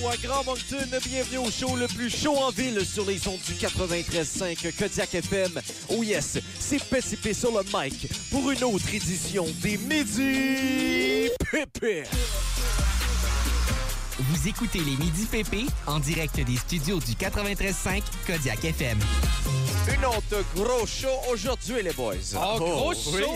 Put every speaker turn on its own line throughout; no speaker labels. Bois, Grand Moncton. Bienvenue au show le plus chaud en ville sur les ondes du 93.5 Kodiak FM. Oh yes, c'est PCP sur le mic pour une autre édition des Midi Pépé.
Vous écoutez les Midi PP en direct des studios du 93.5 Kodiak FM.
Une autre gros show aujourd'hui, les boys.
Ah,
Oh, gros show!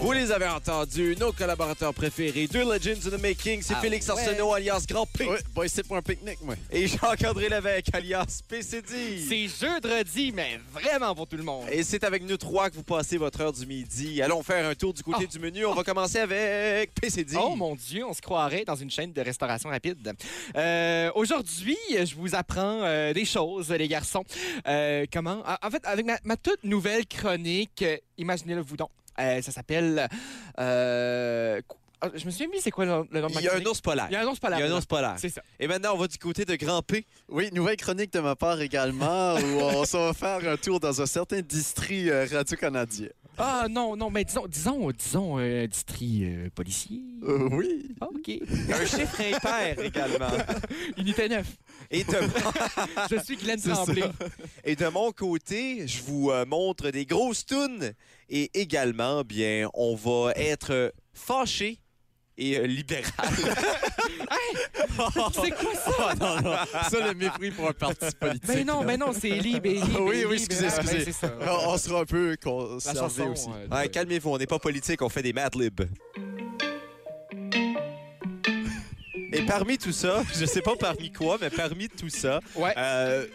Vous les avez entendus, nos collaborateurs préférés, deux legends in the making, c'est
Ah,
Félix
ouais.
Arsenault alias Grand P
Oui, boy, c'est pour un pique-nique, moi.
et Jean-André Lévesque alias PCD.
C'est jeudi, mais vraiment pour tout le monde.
Et c'est avec nous trois que vous passez votre heure du midi. Allons faire un tour du côté du menu. On va commencer avec PCD.
Ah. Oh mon Dieu, on se croirait dans une chaîne de restauration rapide. Euh, Aujourd'hui, je vous apprends euh, des choses, les garçons. Euh, comment? En- En fait, avec ma, ma toute nouvelle chronique, euh, imaginez-le vous donc. Euh, ça s'appelle... euh, cou- ah, je me suis mis, c'est quoi le, le nom de ma
Il y a un
chronique?
ours polaire.
Il y a un ours
Il
polaire.
y a un
là.
ours polaire.
C'est ça.
Et maintenant, on va du côté de Grand P.
Oui, nouvelle chronique de ma part également, où on s'en va faire un tour dans un certain district euh, radio-canadien.
Ah non, non, mais disons, disons, disons, euh, district euh, policier.
Euh, oui.
Ah, OK.
Un chiffre impair également.
Unité 9.
Et de,
Je suis Glenn Tremblay.
et de mon côté, je vous euh, montre des grosses tunes. Et également, bien, on va être fâché et euh, libéral.
C'est quoi ça?
Ah non, non, ça, le mépris pour un parti politique.
Mais non,
là.
mais non, c'est libre. libre
Ah oui,
libre.
oui, excusez,
Ah,
excusez.
ben, c'est ça.
On on sera un peu
La
conservé
chanson,
aussi.
euh,
Ouais, Calmez-vous, on n'est pas politique, on fait des Mad Lib. Et parmi tout ça, je sais pas parmi quoi, mais parmi tout ça,
Ouais.
euh,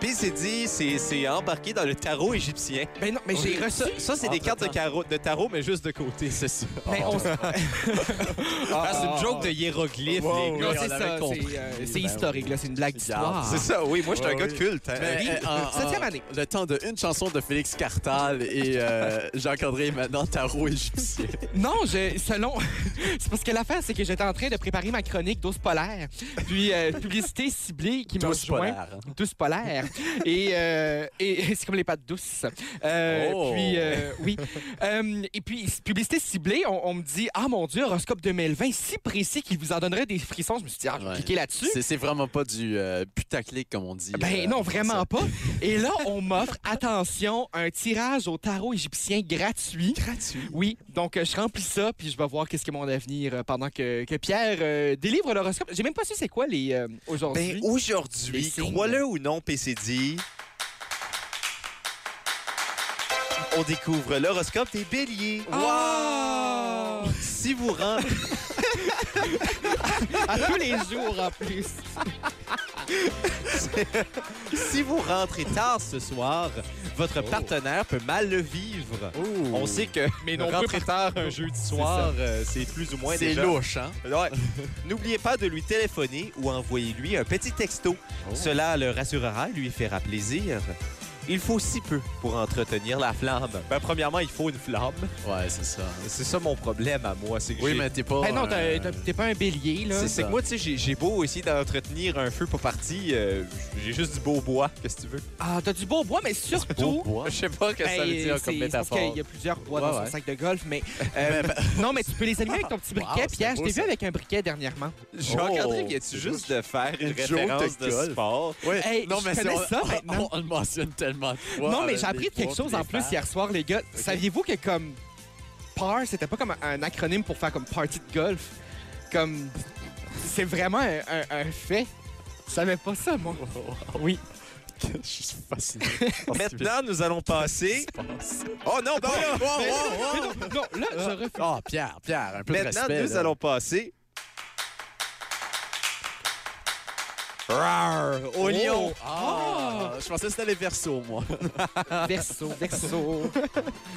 PCD, c'est c'est embarqué dans le tarot égyptien.
Ben non, mais j'ai
Ça-
reçu. Ah,
Ça, c'est des cartes de, caro- de tarot, mais juste de côté.
C'est ça.
Mais Ben,
Oh,
on s-
Ah, c'est une joke de hiéroglyphe,
Wow,
les
Non,
gars.
oui, on
c'est
l'avait
ça.
compris.
C'est euh, c'est
Ben
historique, là. C'est une blague d'histoire.
C'est ça, oui. Moi, je suis un
Ouais,
gars de
oui.
culte. hein.
Mais,
oui.
euh, en-
Septième
en-
année.
Le temps de une chanson de Félix Cartal et euh, Jacques-André est maintenant tarot égyptien.
Non, je, selon. c'est parce que l'affaire, c'est que j'étais en train de préparer ma chronique d'os polaire, puis euh, publicité ciblée qui me
Douce
rejoint.
polaire, hein.
douce polaire. et euh, et- c'est comme les pâtes douces. Euh,
Oh.
Puis, euh, oui. Euh, et puis, publicité ciblée, on, on me dit Ah mon Dieu, horoscope 2020, si précis qu'il vous en donnerait des frissons. Je me suis dit Ah, je vais
Ouais.
cliquer là-dessus.
C'est- C'est vraiment pas du euh, putaclic, comme on dit.
Ben
euh,
non,
en
vraiment pas. Et là, on m'offre, attention, un tirage au tarot égyptien gratuit.
Gratuit.
Oui, donc euh, je remplis ça, puis je vais voir qu'est-ce que mon avenir euh, pendant que, que Pierre euh, délivre l'horoscope. J'ai même pas su c'est quoi les euh, aujourd'hui.
Ben, aujourd'hui,
Les signes.
crois-le ou non, PCD, on découvre l'horoscope des béliers.
Ah!
Si vous rentrez...
À tous les jours en plus.
Si vous rentrez tard ce soir, votre
Oh.
partenaire peut mal le vivre. On sait que
Mais non,
rentrer tard un jeudi soir, euh, c'est plus ou moins
C'est
déjà-
louche, hein?
Ouais. N'oubliez pas de lui téléphoner ou envoyer-lui un petit texto.
Oh.
Cela le rassurera et lui fera plaisir. Il faut si peu pour entretenir la flamme. Ben, premièrement, il faut une flamme.
Ouais, c'est ça.
C'est ça mon problème à moi. C'est que
Oui,
j'ai-
mais t'es pas.
Ben non,
euh,
t'as- t'as- t'es pas un bélier, là.
C'est c'est que
ça.
moi, tu sais, j'ai- j'ai beau essayer d'entretenir un feu pas parti. euh, j'ai juste du beau bois. Qu'est-ce que tu veux?
Ah, t'as du beau bois, mais surtout.
bois.
Je sais pas que
Ben, c'est- c'est parce qu'il y a plusieurs bois
Ouais,
dans son
ouais.
sac de golf, mais euh, non, mais tu peux les allumer avec ton petit
Wow,
briquet,
c'est
Pierre. Je
beau,
t'ai vu
ça.
avec un briquet dernièrement.
Jean-André,
Oh.
viens-tu juste de faire une
Une joke de
référence de
golf.
sport?
Ouais.
Hey,
non,
je
mais c'est-
connais
on,
ça
on-
maintenant.
on le mentionne tellement de fois.
Non, mais
euh,
j'ai appris
les
quelque
poids
chose
puis
en
les
plus
fans.
hier soir, les gars. Saviez-vous que comme PAR, c'était pas comme un acronyme pour faire comme party de golf? Comme. C'est vraiment un, un- un fait. Je savais pas ça, moi. Oui.
Je suis fasciné.
Maintenant, nous allons passer... Oh non, pas là!
Mais non, mais non, non, là, Ben, je refuse.
Oh, Pierre, Pierre, un peu de
Maintenant,
respect.
nous
là.
allons passer. Rar, au
Oh.
lion.
Ah, Je pensais que c'était les versos, moi.
Verso, verso.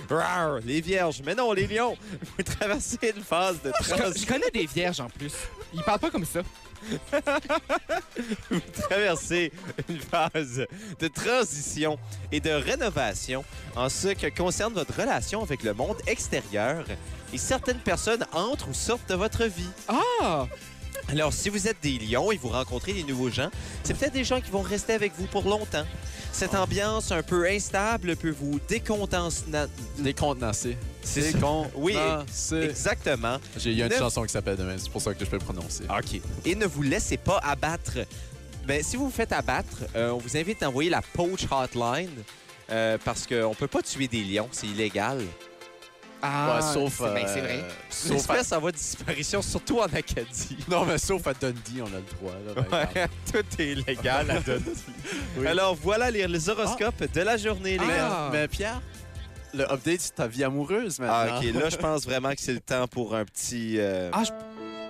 Rar, les vierges. Mais non, les lions. Vous traversez une phase de
Je,
trans-
con- je connais des vierges en plus. Ils parlent pas comme ça.
traverser une phase de transition et de rénovation en ce qui concerne votre relation avec le monde extérieur et certaines personnes entrent ou sortent de votre vie.
Ah!
Alors, si vous êtes des lions et vous rencontrez des nouveaux gens, c'est peut-être des gens qui vont rester avec vous pour longtemps. Ah. Cette ambiance un peu instable peut vous décontensna-
Décontenancé.
C'est Ah. ça. Oui, e-,
c'est.
exactement.
J'ai- Il y a une
Neuf-
chanson qui s'appelle demain, c'est pour ça que je peux le prononcer.
OK. Et ne vous laissez pas abattre. Ben, si vous vous faites abattre, euh, on vous invite à envoyer la poach hotline euh, parce qu'on ne peut pas tuer des lions, c'est illégal.
Ah,
Ouais, sauf.
c'est ben, c'est vrai.
euh, sauf à-
L'espèce en voie de disparition, surtout en Acadie.
Non, mais sauf à Dundee, on a le droit. Là, par exemple.
Ouais, tout est illégal à Dundee.
Oui.
Alors voilà les, les horoscopes de la journée, les
Mais,
gars.
Ah.
mais Pierre, le update sur ta vie amoureuse maintenant.
Ah, OK. Là, je pense vraiment que c'est le temps pour un petit... euh,
Ah,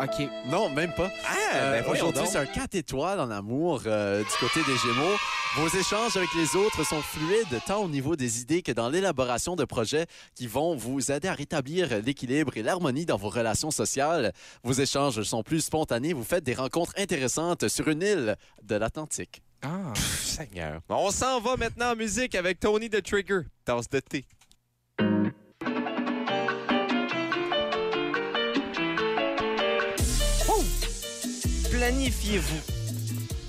OK.
Non, même pas.
Ah,
Euh,
ben voyons
Aujourd'hui,
donc.
c'est un 4 étoiles en amour euh, du côté des Gémeaux. Vos échanges avec les autres sont fluides, tant au niveau des idées que dans l'élaboration de projets qui vont vous aider à rétablir l'équilibre et l'harmonie dans vos relations sociales. Vos échanges sont plus spontanés, vous faites des rencontres intéressantes sur une île de l'Atlantique.
Ah.
Seigneur. On s'en va maintenant en musique avec Tony the Trigger. Tasse de thé. Oh! Planifiez-vous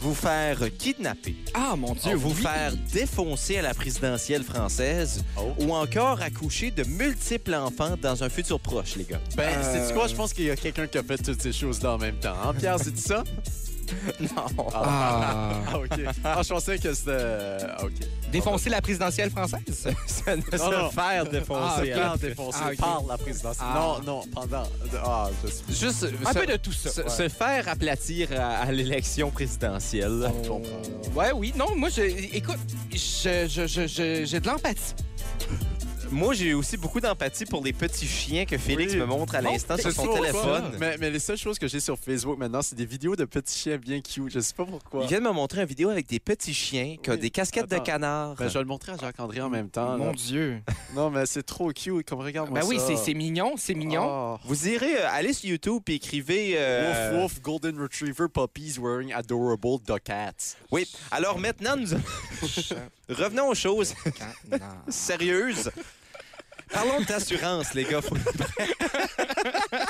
vous faire kidnapper,
ah, mon Dieu,
vous
oui.
faire défoncer à la présidentielle française
Oh.
ou encore accoucher de multiples enfants dans un futur proche, les gars.
Ben,
Euh.
c'est quoi? Je pense qu'il y a quelqu'un qui a fait toutes ces choses-là en même temps. Hein, Pierre, c'est ça?
Non.
Ah.
Ah, OK. Ah, je pensais que c'était... ah, OK.
Défoncer la présidentielle française.
Ça ne
Non,
se
non.
faire défoncer.
Pierre Ah, défoncé
Ah, ok.
par la présidence.
Ah.
Non, non, pendant... Ah, je suis...
Juste
Un
se-
peu de tout ça.
se,
ouais.
se faire aplatir à, à l'élection présidentielle.
Je comprends.
Euh, Ouais, oui. Non, moi, je, écoute, je- je- je- je- j'ai de l'empathie.
Moi, j'ai aussi beaucoup d'empathie pour les petits chiens que Félix
Oui.
me montre à
Montre
l'instant
tes
sur son
Pourquoi?
téléphone.
Mais, mais les seules choses que j'ai sur Facebook maintenant, c'est des vidéos de petits chiens bien cute. Je sais pas pourquoi.
Il vient de me montrer une vidéo avec des petits chiens qui ont
Oui.
des casquettes de
Attends.
canard.
Ben, je vais le montrer à Jacques-André en même
Ah,
temps. là.
Mon Dieu.
Non, mais c'est trop cute. Comme regarde-moi
Ben oui,
ça.
c'est- c'est mignon, c'est mignon.
Oh.
Vous irez euh, aller sur YouTube et écrivez... euh,
Woof woof, golden retriever puppies wearing adorable duck hats.
Oui. Alors maintenant, nous revenons aux choses
Canard.
sérieuses. Parlons d'assurance, les gars. Faut,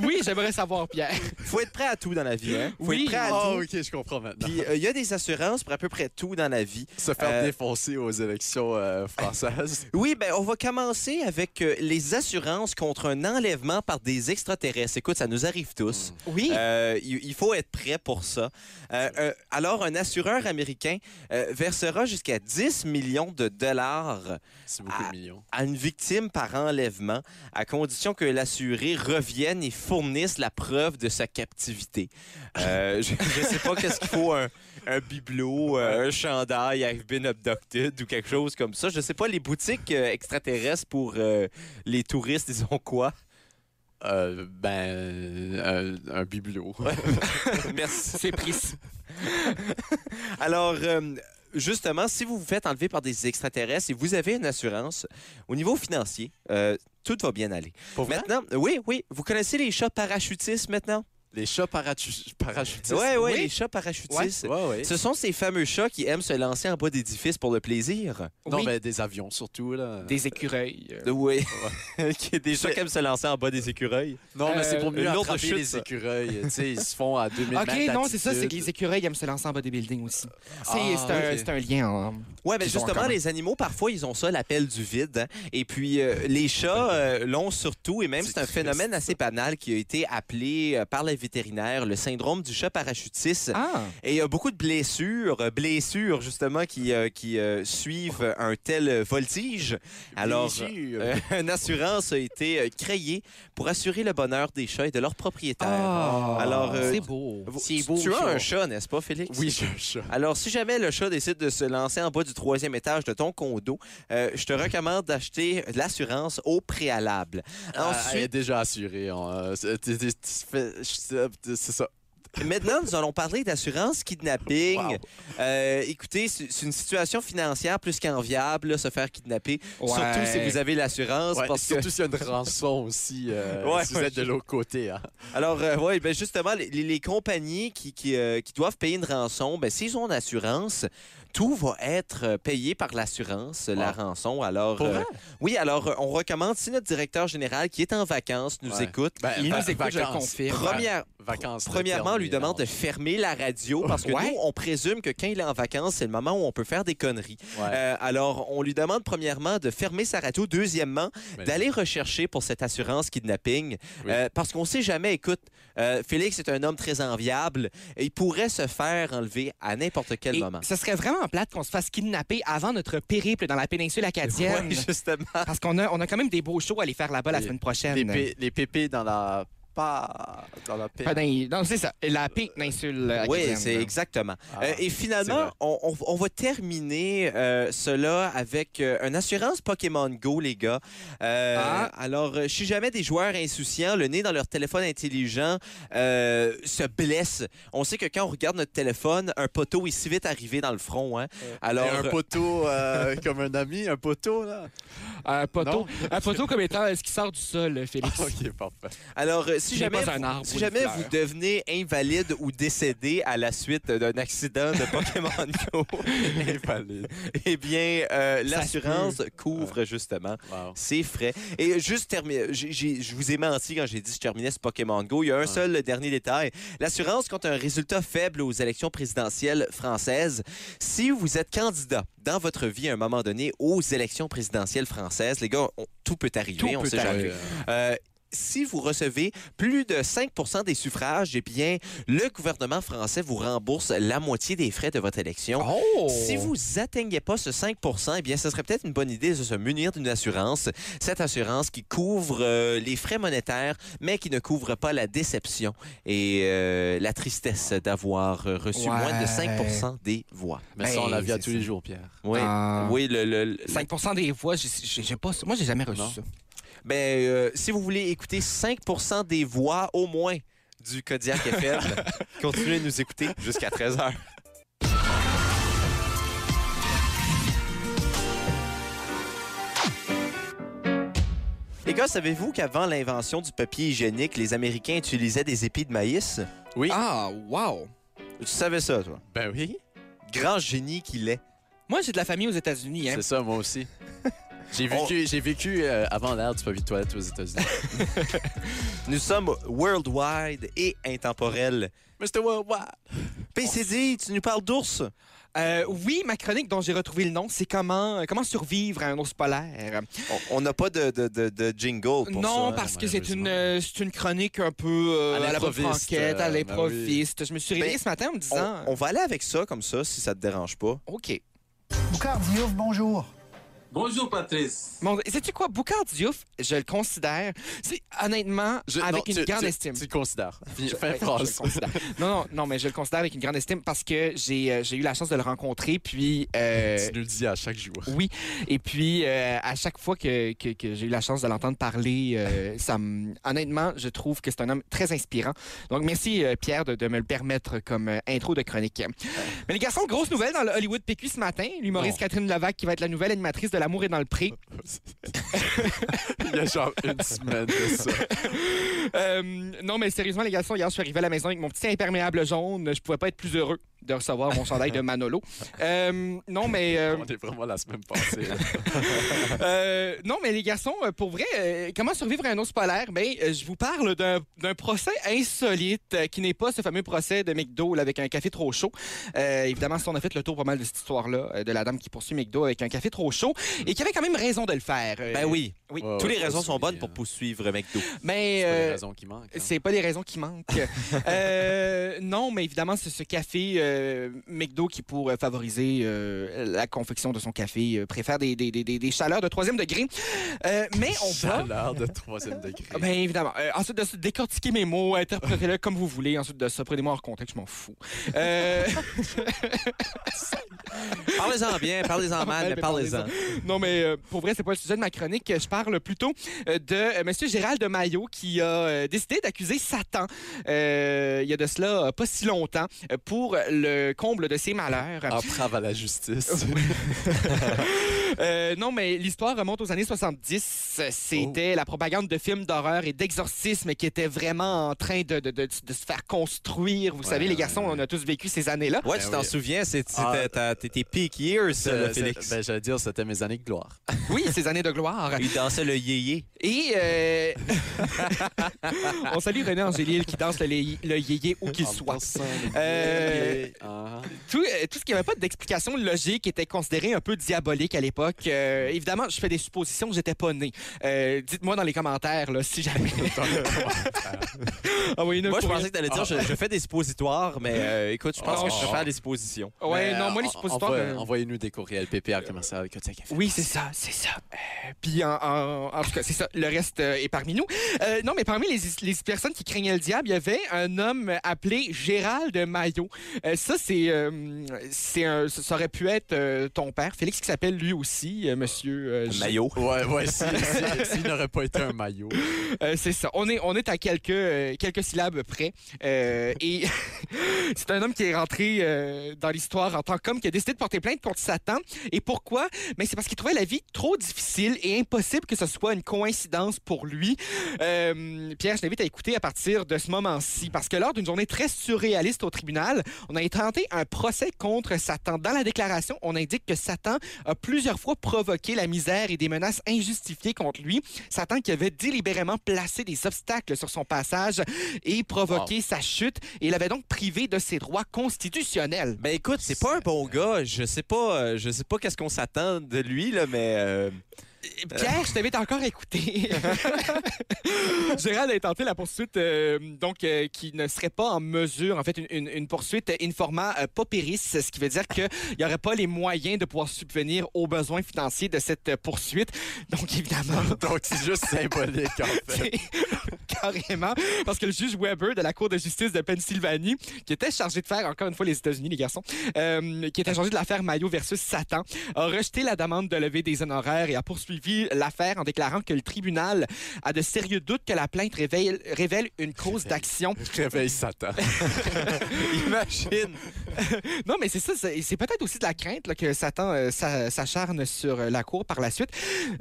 oui, j'aimerais savoir, Pierre.
faut être prêt à tout dans la vie. hein. Faut
Oui.
être prêt à
Ah,
tout.
ok, je comprends maintenant.
Puis euh, il y a des assurances pour à peu près tout dans la vie.
Se faire
Euh,
défoncer aux élections euh, françaises.
Oui, ben on va commencer avec euh, les assurances contre un enlèvement par des extraterrestres. Écoute, ça nous arrive tous.
Oui.
Euh, il il faut être prêt pour ça. Euh, euh, alors, un assureur américain euh, versera jusqu'à 10 millions de dollars
C'est beaucoup
Ah.
de millions.
à une victime par enlèvement, à condition que l'assuré revienne et fournisse la preuve de sa captivité. Euh, je ne sais pas qu'est-ce qu'il faut, un, un bibelot, euh, un chandail, I've been abducted ou quelque chose comme ça. Je ne sais pas, les boutiques euh, extraterrestres pour euh, les touristes, ils ont quoi?
Euh, ben, euh, un bibelot.
Merci.
C'est précis.
Alors, euh, justement, si vous vous faites enlever par des extraterrestres et vous avez une assurance, au niveau financier, euh, tout va bien aller.
Pour vrai?
maintenant, oui, oui, vous connaissez les chats parachutistes maintenant?
Les chats parachu- parachutistes.
Ouais, ouais,
Oui.
les chats parachutistes.
Ouais, ouais.
Ce sont ces fameux chats qui aiment se lancer en bas d'édifices pour le plaisir.
Non,
oui.
mais des avions surtout, là.
Des écureils. euh,
Oui. Qui- des chats qui aiment se lancer en bas des écureuils.
Non, mais c'est pour
Euh,
mieux
une autre
attraper
chute,
les
ça.
écureuils. tu sais, ils se font à 2000
OK,
mètres
non, c'est ça, c'est que
d'altitude.
les écureuils aiment se lancer en bas des buildings aussi. C'est
Ah,
c'est un,
ok.
c'est un lien. hein.
Ouais, mais
Qu'ils ont en
justement,
commun.
les animaux, parfois, ils ont ça, l'appel du vide. hein. Et puis, euh, les chats euh, l'ont surtout, et même,
C'est
c'est un
triste.
phénomène assez banal qui a été appelé euh, par les vétérinaires le syndrome du chat parachutiste.
Ah,
Et il y a beaucoup de blessures, euh, blessures, justement, qui, euh, qui euh, suivent euh, un tel euh, voltige. Alors,
Bien sûr.
Euh, une assurance a été euh, créée pour assurer le bonheur des chats et de leurs propriétaires.
Ah,
Alors, euh,
c'est beau.
Vous-
C'est
tu-
beau.
tu as
ça.
un chat, n'est-ce pas, Félix?
euh, Oui, je, je-
Alors, si jamais le chat décide de se lancer en bas du troisième étage de ton condo, euh, je te recommande d'acheter l'assurance au préalable.
Elle est
Ensuite,
déjà assurée. hein, euh, c'est- t'es- t'es- tu fais- je- C'est c'est ça.
maintenant, nous allons parler d'assurance kidnapping.
Wow.
Euh, écoutez, c'est c'est une situation financière plus qu'enviable, là, se faire kidnapper.
Ouais.
Surtout si vous avez l'assurance.
Ouais,
parce que...
surtout s'il y a une rançon aussi, euh,
Ouais,
si vous
ouais,
êtes de l'autre côté. hein.
Alors, oui, ben justement, les, les- les compagnies qui, qui, euh, qui doivent payer une rançon, ben, s'ils ont une assurance, tout va être euh, payé par l'assurance, euh, la
Wow.
rançon. Alors,
Ah. Pour vrai?
oui, alors, euh, on recommande, si notre directeur général qui est en vacances nous
Ouais.
écoute,
Ben,
Il nous
va-
écoute, je le
vacances.
confirme.
première,
Vacances.
premièrement, lui demande de fermer la radio parce que
Ouais.
nous, on présume que quand il est en vacances, c'est le moment où on peut faire des conneries.
Ouais.
Euh, alors, on lui demande premièrement de fermer sa radio, deuxièmement,
Mais-
d'aller rechercher pour cette assurance kidnapping.
Oui.
Euh, parce qu'on ne sait jamais, écoute, euh, Félix est un homme très enviable et il pourrait se faire enlever à n'importe quel
Et
moment.
Ce serait vraiment plate qu'on se fasse kidnapper avant notre périple dans la péninsule acadienne.
Ouais, justement.
Parce qu'on a, on a quand même des beaux shows à aller faire là-bas la
Les-
semaine prochaine.
les, pé- les pépés dans la... Pas... Dans la pé-
Pas dans- Euh, ben, Non, c'est ça. La péninsule
Oui,
acadienne.
c'est exactement.
Ah.
Euh, et
c'est
finalement,
vrai.
on, on- on va terminer euh, cela avec euh, une assurance Pokémon Go, les gars. Euh,
Ah.
Alors, euh, si jamais des joueurs insouciants, le nez dans leur téléphone intelligent, euh, se blessent, on sait que quand on regarde notre téléphone, un poteau est si vite arrivé dans le front. Hein. Alors,
Mais un poteau euh, comme un ami, un poteau, là.
Un poteau,
Non?
un poteau comme étant euh, ce qui sort du sol, euh, Félix.
OK, parfait.
alors euh, si
Ce n'est
jamais,
pas un
vous,
arbre
si
ou une
jamais
fleur.
vous devenez invalide ou décédé à la suite d'un accident de Pokémon Go, eh bien, euh,
Ça se
l'assurance couvre justement
Wow.
C'est frais. Et juste terminer, je vous ai menti quand j'ai dit que je terminais ce Pokémon Go. Il y a un seul euh, dernier détail. L'assurance compte un résultat faible aux élections présidentielles françaises. Si vous êtes candidat dans votre vie à un moment donné aux élections présidentielles françaises, les gars, on- tout peut arriver,
Tout
on
peut
sait jamais.
Ouais.
Euh, si vous recevez plus de 5 des suffrages, eh bien, le gouvernement français vous rembourse la moitié des frais de votre élection.
Oh!
Si vous n'atteignez pas ce 5 eh bien, ce serait peut-être une bonne idée de se munir d'une assurance. Cette assurance qui couvre euh, les frais monétaires, mais qui ne couvre pas la déception et euh, la tristesse d'avoir euh, reçu
Ouais.
moins de 5 des voix.
Mais ça, on la vit à
Ben,
tous les jours, Pierre.
Oui,
Ah.
oui le, le- le-
5 des voix, j'ai- j'ai j'ai pas ça. Moi, j'ai jamais reçu
Non.
ça.
ben, euh, si vous voulez écouter 5 des voix au moins du Kodiak FM, continuez de nous écouter jusqu'à 13h. Les gars, savez-vous qu'avant l'invention du papier hygiénique, les Américains utilisaient des épis de maïs?
Ah, wow!
Tu savais ça, toi?
Ben oui.
Grand génie qu'il est.
Moi, j'ai de la famille aux États-Unis. Hein.
C'est ça, moi aussi. J'ai vécu, j'ai vécu euh, avant l'ère du papier de toilette aux États-Unis.
Nous sommes worldwide et intemporels.
Mr. Worldwide.
PCD, tu nous parles d'ours?
Euh, oui, ma chronique dont j'ai retrouvé le nom, c'est comment, euh, comment survivre à un ours polaire.
On- On n'a pas de, de- de- de jingle pour
non,
ça.
parce que c'est
malheureusement.
une, euh, c'est une chronique un peu euh,
À
à, la bonne
l'improviste,
franquette,
euh,
à
ben oui.
l'improviste. Je me suis réveillé ce matin en me disant...
On, on va aller avec ça comme ça, si ça te dérange pas.
OK.
Boucard Diouf, bonjour.
Bonjour Patrice.
Mon... Sais-tu quoi? Boucard Diouf, je le considère, c'est honnêtement,
Je-
avec
non,
une
tu-
grande
tu-
estime.
Tu le considères. Fini-
Je-
fin
ouais, je le
phrase.
considère. non, non, non, mais je le considère avec une grande estime parce que j'ai euh, j'ai eu la chance de le rencontrer, puis... euh,
Tu nous le dis à chaque jour.
Oui, et puis euh, à chaque fois que, que- que j'ai eu la chance de l'entendre parler, euh, ça me- honnêtement, je trouve que c'est un homme très inspirant. Donc merci euh, Pierre de, de me le permettre comme euh, intro de chronique. Mais les garçons, grosse nouvelle dans le Hollywood PQ ce matin, l'humoriste Catherine Lavac qui va être la nouvelle animatrice de L'amour est dans le pré.
Il y a genre une semaine de ça.
Euh, non mais sérieusement les garçons, hier je suis arrivé à la maison avec mon petit imperméable jaune, je pouvais pas être plus heureux de recevoir mon chandail de Manolo. Euh, non mais euh,
On est vraiment la semaine passée. là.
Euh, non, mais les garçons, euh, pour vrai, euh, comment survivre à un ours polaire? Ben, euh, je vous parle d'un d'un procès insolite euh, qui n'est pas ce fameux procès de McDo là, avec un café trop chaud. Euh, évidemment, si on a fait le tour pas mal de cette histoire-là, euh, de la dame qui poursuit McDo avec un café trop chaud et qui avait quand même raison de le faire. Euh,
Ben oui.
Oui.
Ouais,
Toutes
ouais,
les raisons
faut
sont bonnes
souligner,
pour
hein.
poursuivre McDo.
Mais.
C'est pas les
euh,
raisons qui manquent. hein.
C'est pas des raisons qui manquent. Euh, non, mais évidemment, c'est ce café euh, McDo qui, pour euh, favoriser euh, la confection de son café, euh, préfère des, des, des, des- des chaleurs de troisième degré. Euh, mais on va...
Chaleur de troisième degré.
Bien évidemment. Euh, ensuite de ça, décortiquez mes mots, interprétez-le comme vous voulez. Ensuite de ça, prenez-moi hors contexte, je m'en fous. Euh,
Parlez-en bien, parlez-en mal, mais
mais
parlez-en.
non, mais euh, pour vrai, c'est pas le sujet de ma chronique. Je parle plutôt euh, de euh, Monsieur Gérald de Maillot qui a euh, décidé d'accuser Satan euh, il y a de cela euh, pas si longtemps euh, pour le comble de ses malheurs.
Entrave à la justice.
Euh, non, mais l'histoire remonte aux années 70. Euh, C'était
Oh.
la propagande de films d'horreur et d'exorcisme qui était vraiment en train de, de- de- de se faire construire. Vous savez, les
ouais,
garçons,
ouais.
on a tous vécu ces années-là.
Ouais,
Ben
tu t'en
oui.
souviens, c'est-
Ah.
c'était ta- t'es tes peak years,
C'est-
là,
Euh, c'est-
Euh, Félix.
Ben, j'allais dire, c'était mes années de gloire.
Oui, ces années de gloire.
ben, Il dansait dansait le yéyé.
Et euh, on salue René Angélil qui danse le, lé- le yéyé où
Ah,
qu'il soit. Euh,
hein.
tout, euh, tout ce qui n'avait pas d'explication logique était considéré un peu diabolique à l'époque. Euh, évidemment, je fais des suppositions, j'étais pas né. Euh, Dites-moi dans les commentaires là, si jamais. Ah Envoyez-nous un
Moi, je
courriel.
pensais que t'allais dire, je, je fais des suppositoires, mais euh, écoute, je pense
Ah,
que je
ah,
vais faire des suppositions.
Ouais,
Mais,
non, moi, les
en-
suppositoires.
envoie-
euh,
Envoyez-nous des courriels PP à commencer avec Kotiak FM.
Oui, c'est ça, c'est ça. Euh, puis en, en- en tout cas, c'est ça. Le reste euh, est parmi nous. Euh, non, mais parmi les, les personnes qui craignaient le diable, il y avait un homme appelé Gérald Maillot. Euh, ça, c'est, euh, c'est un- ça aurait pu être euh, ton père, Félix, qui s'appelle lui aussi, euh, Monsieur euh, G-
Maillot.
Ouais, ouais, si- si- s'il n'aurait pas été un maillot.
Euh, c'est ça. On est, on est à quelques, euh, quelques syllabes près. Euh, et c'est un homme qui est rentré euh, dans l'histoire en tant qu'homme qui a décidé de porter plainte contre Satan. Et pourquoi? Mais c'est parce qu'il trouvait la vie trop difficile et impossible que ce soit une coïncidence pour lui. Euh, Pierre, je t'invite à écouter à partir de ce moment-ci. Parce que lors d'une journée très surréaliste au tribunal, on a intenté un procès contre Satan. Dans la déclaration, on indique que Satan a plusieurs fois provoqué la misère et des menaces injustifiées contre lui. Satan qui avait délibérément placé des obstacles sur son passage et provoqué sa chute et l'avait donc privé de ses droits constitutionnels.
Ben écoute, c'est pas un bon gars. Je sais pas, euh, je sais pas qu'est-ce qu'on s'attend de lui là, mais euh,
Et Pierre, je t'invite encore à écouter. Gérald a tenté la poursuite, euh, donc euh, qui ne serait pas en mesure, en fait, une, une- une poursuite euh, in forma euh, pauperis, ce qui veut dire qu'il n'y aurait pas les moyens de pouvoir subvenir aux besoins financiers de cette euh, poursuite. Donc évidemment,
Donc, c'est juste symbolique, en fait.
C'est- Carrément. Parce que le juge Weber de la Cour de justice de Pennsylvanie, qui était chargé de faire, encore une fois, les États-Unis, les garçons, euh, qui était chargé de l'affaire Mayo versus Satan, a rejeté la demande de levée des honoraires et a poursuivi l'affaire en déclarant que le tribunal a de sérieux doutes que la plainte révèle, révèle une cause d'action.
Réveille Satan.
imagine.
Non, mais c'est ça, c'est c'est peut-être aussi de la crainte là, que Satan euh, s'a- s'acharne sur euh, la cour par la suite.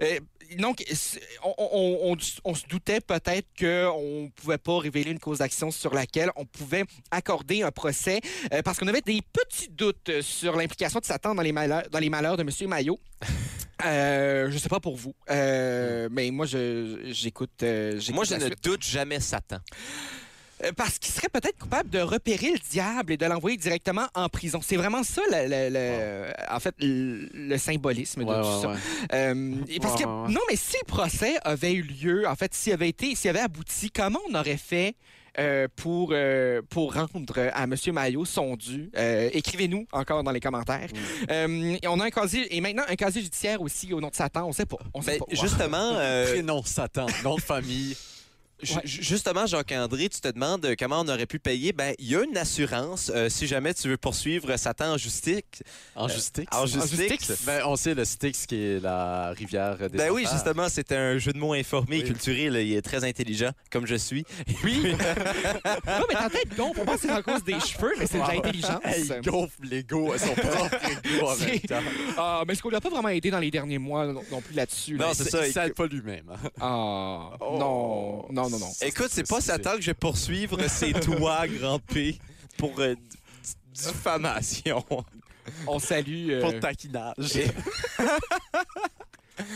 Euh, donc, c'est- on, on- on- on se doutait peut-être qu'on ne pouvait pas révéler une cause d'action sur laquelle on pouvait accorder un procès euh, parce qu'on avait des petits doutes euh, sur l'implication de Satan dans les malheurs, dans les malheurs de M. Maillot. Euh, je sais pas pour vous, euh, mais moi je- j'écoute. euh, j'écoute
Moi, je
la
ne
suite.
doute jamais Satan.
Euh, Parce qu'il serait peut-être coupable de repérer le diable et de l'envoyer directement en prison. C'est vraiment ça, le, le- le- euh, en fait, le, le symbolisme de tout ça. Euh, et parce que,
Ouais, ouais, ouais.
non, mais si le procès avait eu lieu, en fait, s'il avait été, s'il avait abouti, comment on aurait fait euh, pour, euh, pour rendre à M. Maillot son dû? Euh, Écrivez-nous encore dans les commentaires.
Mm.
Euh, et on a un casier, et maintenant un casier judiciaire aussi au nom de Satan, on sait pas. On sait
Ben,
pas.
justement, euh,
Prénom Satan, nom de famille.
ju- ju- justement, Jacques-André, tu te demandes euh, comment on aurait pu payer. Ben, il y a une assurance euh, si jamais tu veux poursuivre Satan en justice.
En justice.
En justice.
Justice.
Ben, on sait le Styx qui est la rivière des
Ben oui,
enfers.
justement, c'était un jeu de mots informé et
Oui.
culturé. là. Il est très intelligent, comme je suis.
Oui. non, mais t'as tête con, faut pas que c'est en cause des cheveux, mais c'est de l'intelligence.
Hey, il gonfle l'ego à son propre ego en
C'est-
même temps.
Ah, mais ce qu'on lui a pas vraiment aidé dans les derniers mois non, non plus là-dessus. là.
Non, c'est Oh. ça.
Il s'aide pas lui-même. hein.
Ah, non, non, non, non.
Écoute, c'est pas
Oh. c'est-
Satan que je vais poursuivre, c'est toi, grand P, pour euh, d- diffamation.
On salue. euh,
Pour taquinage.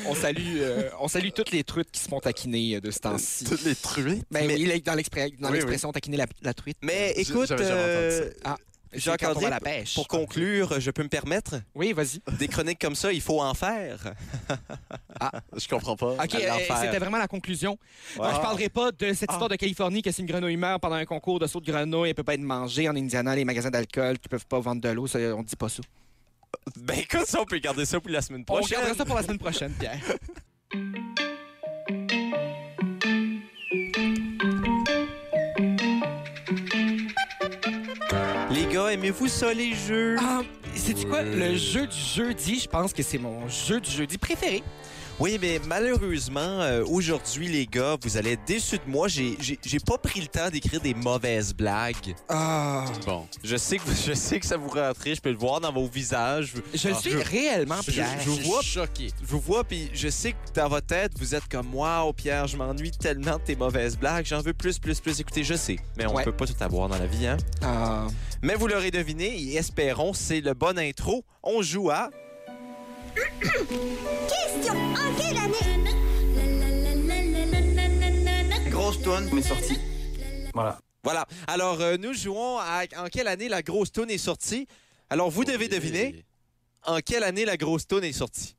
on salue, euh, on salue toutes les truites qui se font taquiner euh, de ce temps-ci.
Toutes les truites.
Ben
Mais-
oui, là, dans l'expré- dans
Oui,
l'expression taquiner la, la truite.
Mais
J-
écoute,
j'avais jamais
euh,
entendu
c'est
Jacques
quand on va
André,
à la pêche.
pour Euh, conclure, je peux me permettre
Oui, vas-y.
des chroniques comme ça, il faut en faire.
Je comprends pas.
OK,
À
euh,
l'enfer. Ah.
c'était vraiment la conclusion.
Ouais.
Non, je parlerai pas de cette histoire de Californie que si une grenouille meurt pendant un concours de saut de grenouille, elle peut pas être mangée en Indiana, les magasins d'alcool qui peuvent pas vendre de l'eau, ça, on dit pas ça.
Ben écoute, ça, on peut garder ça pour la semaine
On
prochaine.
regardera ça pour la semaine prochaine, Pierre.
Les gars, aimez-vous ça, les jeux?
Ah, c'est quoi le jeu du jeudi, je pense que c'est mon jeu du jeudi préféré.
Oui, mais malheureusement, euh, aujourd'hui, les gars, vous allez être déçus de moi. J'ai- J'ai j'ai pas pris le temps d'écrire des mauvaises blagues.
Ah,
Bon.
Je sais, que vous- je sais que ça vous rentrez, je peux le voir dans vos visages.
je le
Ah,
suis
je-
réellement,
je-
Pierre.
je vois-
choqué.
Je vous vois, puis je sais que dans votre tête, vous êtes comme Waouh, Pierre, je m'ennuie tellement de tes mauvaises blagues, j'en veux plus, plus, plus. Écoutez, je sais, mais on
Ouais.
peut pas tout avoir dans la vie, hein.
Ah.
Mais vous l'aurez deviné, et espérons, c'est le bon intro. On joue à.
Question En quelle année grosse tonne m'est sortie.
Voilà.
Voilà. Alors, euh, nous jouons à en quelle année la grosse toune est sortie. Alors, vous devez deviner en quelle année la grosse toune est sortie.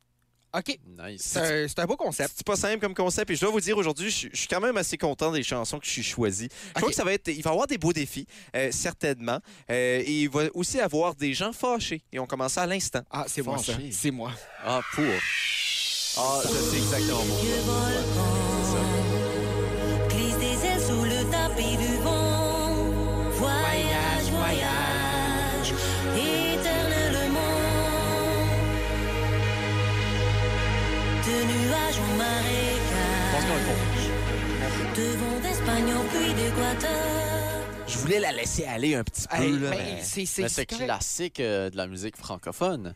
OK.
Nice.
C'est un, c'est un beau concept.
C'est pas simple comme concept. Et je dois vous dire aujourd'hui, je, je suis quand même assez content des chansons que je suis choisi. Je
Ok.
crois que ça va être. Il va y avoir des beaux défis, euh, certainement. Euh, et il va aussi avoir des gens fâchés. Et on commence à l'instant.
Ah, c'est moi, ça.
Fâché.
C'est moi.
Ah, pour. Ah, je sais exactement.
Glisse des ailes sous le tapis du vent. Voyage, voyage, éternellement. De nuages en marécage. De vent d'Espagne au puits d'Équateur.
Je voulais la laisser aller un petit peu.
Hey,
là,
mais
mais-
c'est- c'est-
Mais c'est
correct.
classique euh, de la musique francophone.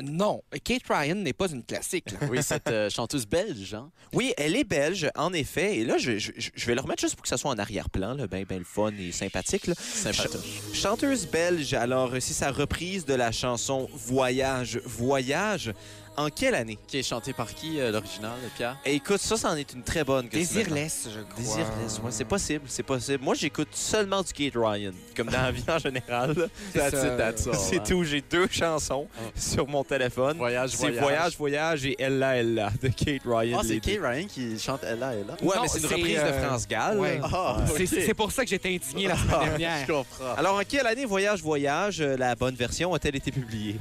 Non, Kate Ryan n'est pas une classique. là.
Oui, cette euh, chanteuse belge, hein?
Oui, elle est belge, en effet. Et là, je, je- je vais le remettre juste pour que ça soit en arrière-plan, là, ben, ben le fun et sympathique. là.
Sympatoche.
Ch- chanteuse belge, alors, euh, c'est sa reprise de la chanson Voyage, Voyage. En quelle année?
Qui est chantée par qui, euh, l'original, Pierre?
Et écoute, ça, c'en est une très bonne. que tu me demandes.
Désirless, je crois.
Désirless, ouais, c'est possible, c'est possible. Moi, j'écoute seulement du Kate Ryan, comme dans la vie en général. là.
C'est
That's
ça. Ah.
it, that's all,
C'est
hein?
tout, j'ai deux chansons
Oh.
sur mon téléphone.
Voyage,
C'est
voyage.
Voyage, Voyage et Ella, Ella de Kate Ryan.
Ah, c'est
les deux.
Kay Ryan qui chante Ella, Ella.
Ouais,
Non,
mais c'est une
c'est,
reprise de
euh,
France Gall.
ouais.
Ah,
C'est,
ok. Ah.
c'est pour ça que j'étais indigné la semaine dernière.
Je comprends.
Alors, en quelle année Voyage Voyage, euh, la bonne version, a-t-elle été publiée?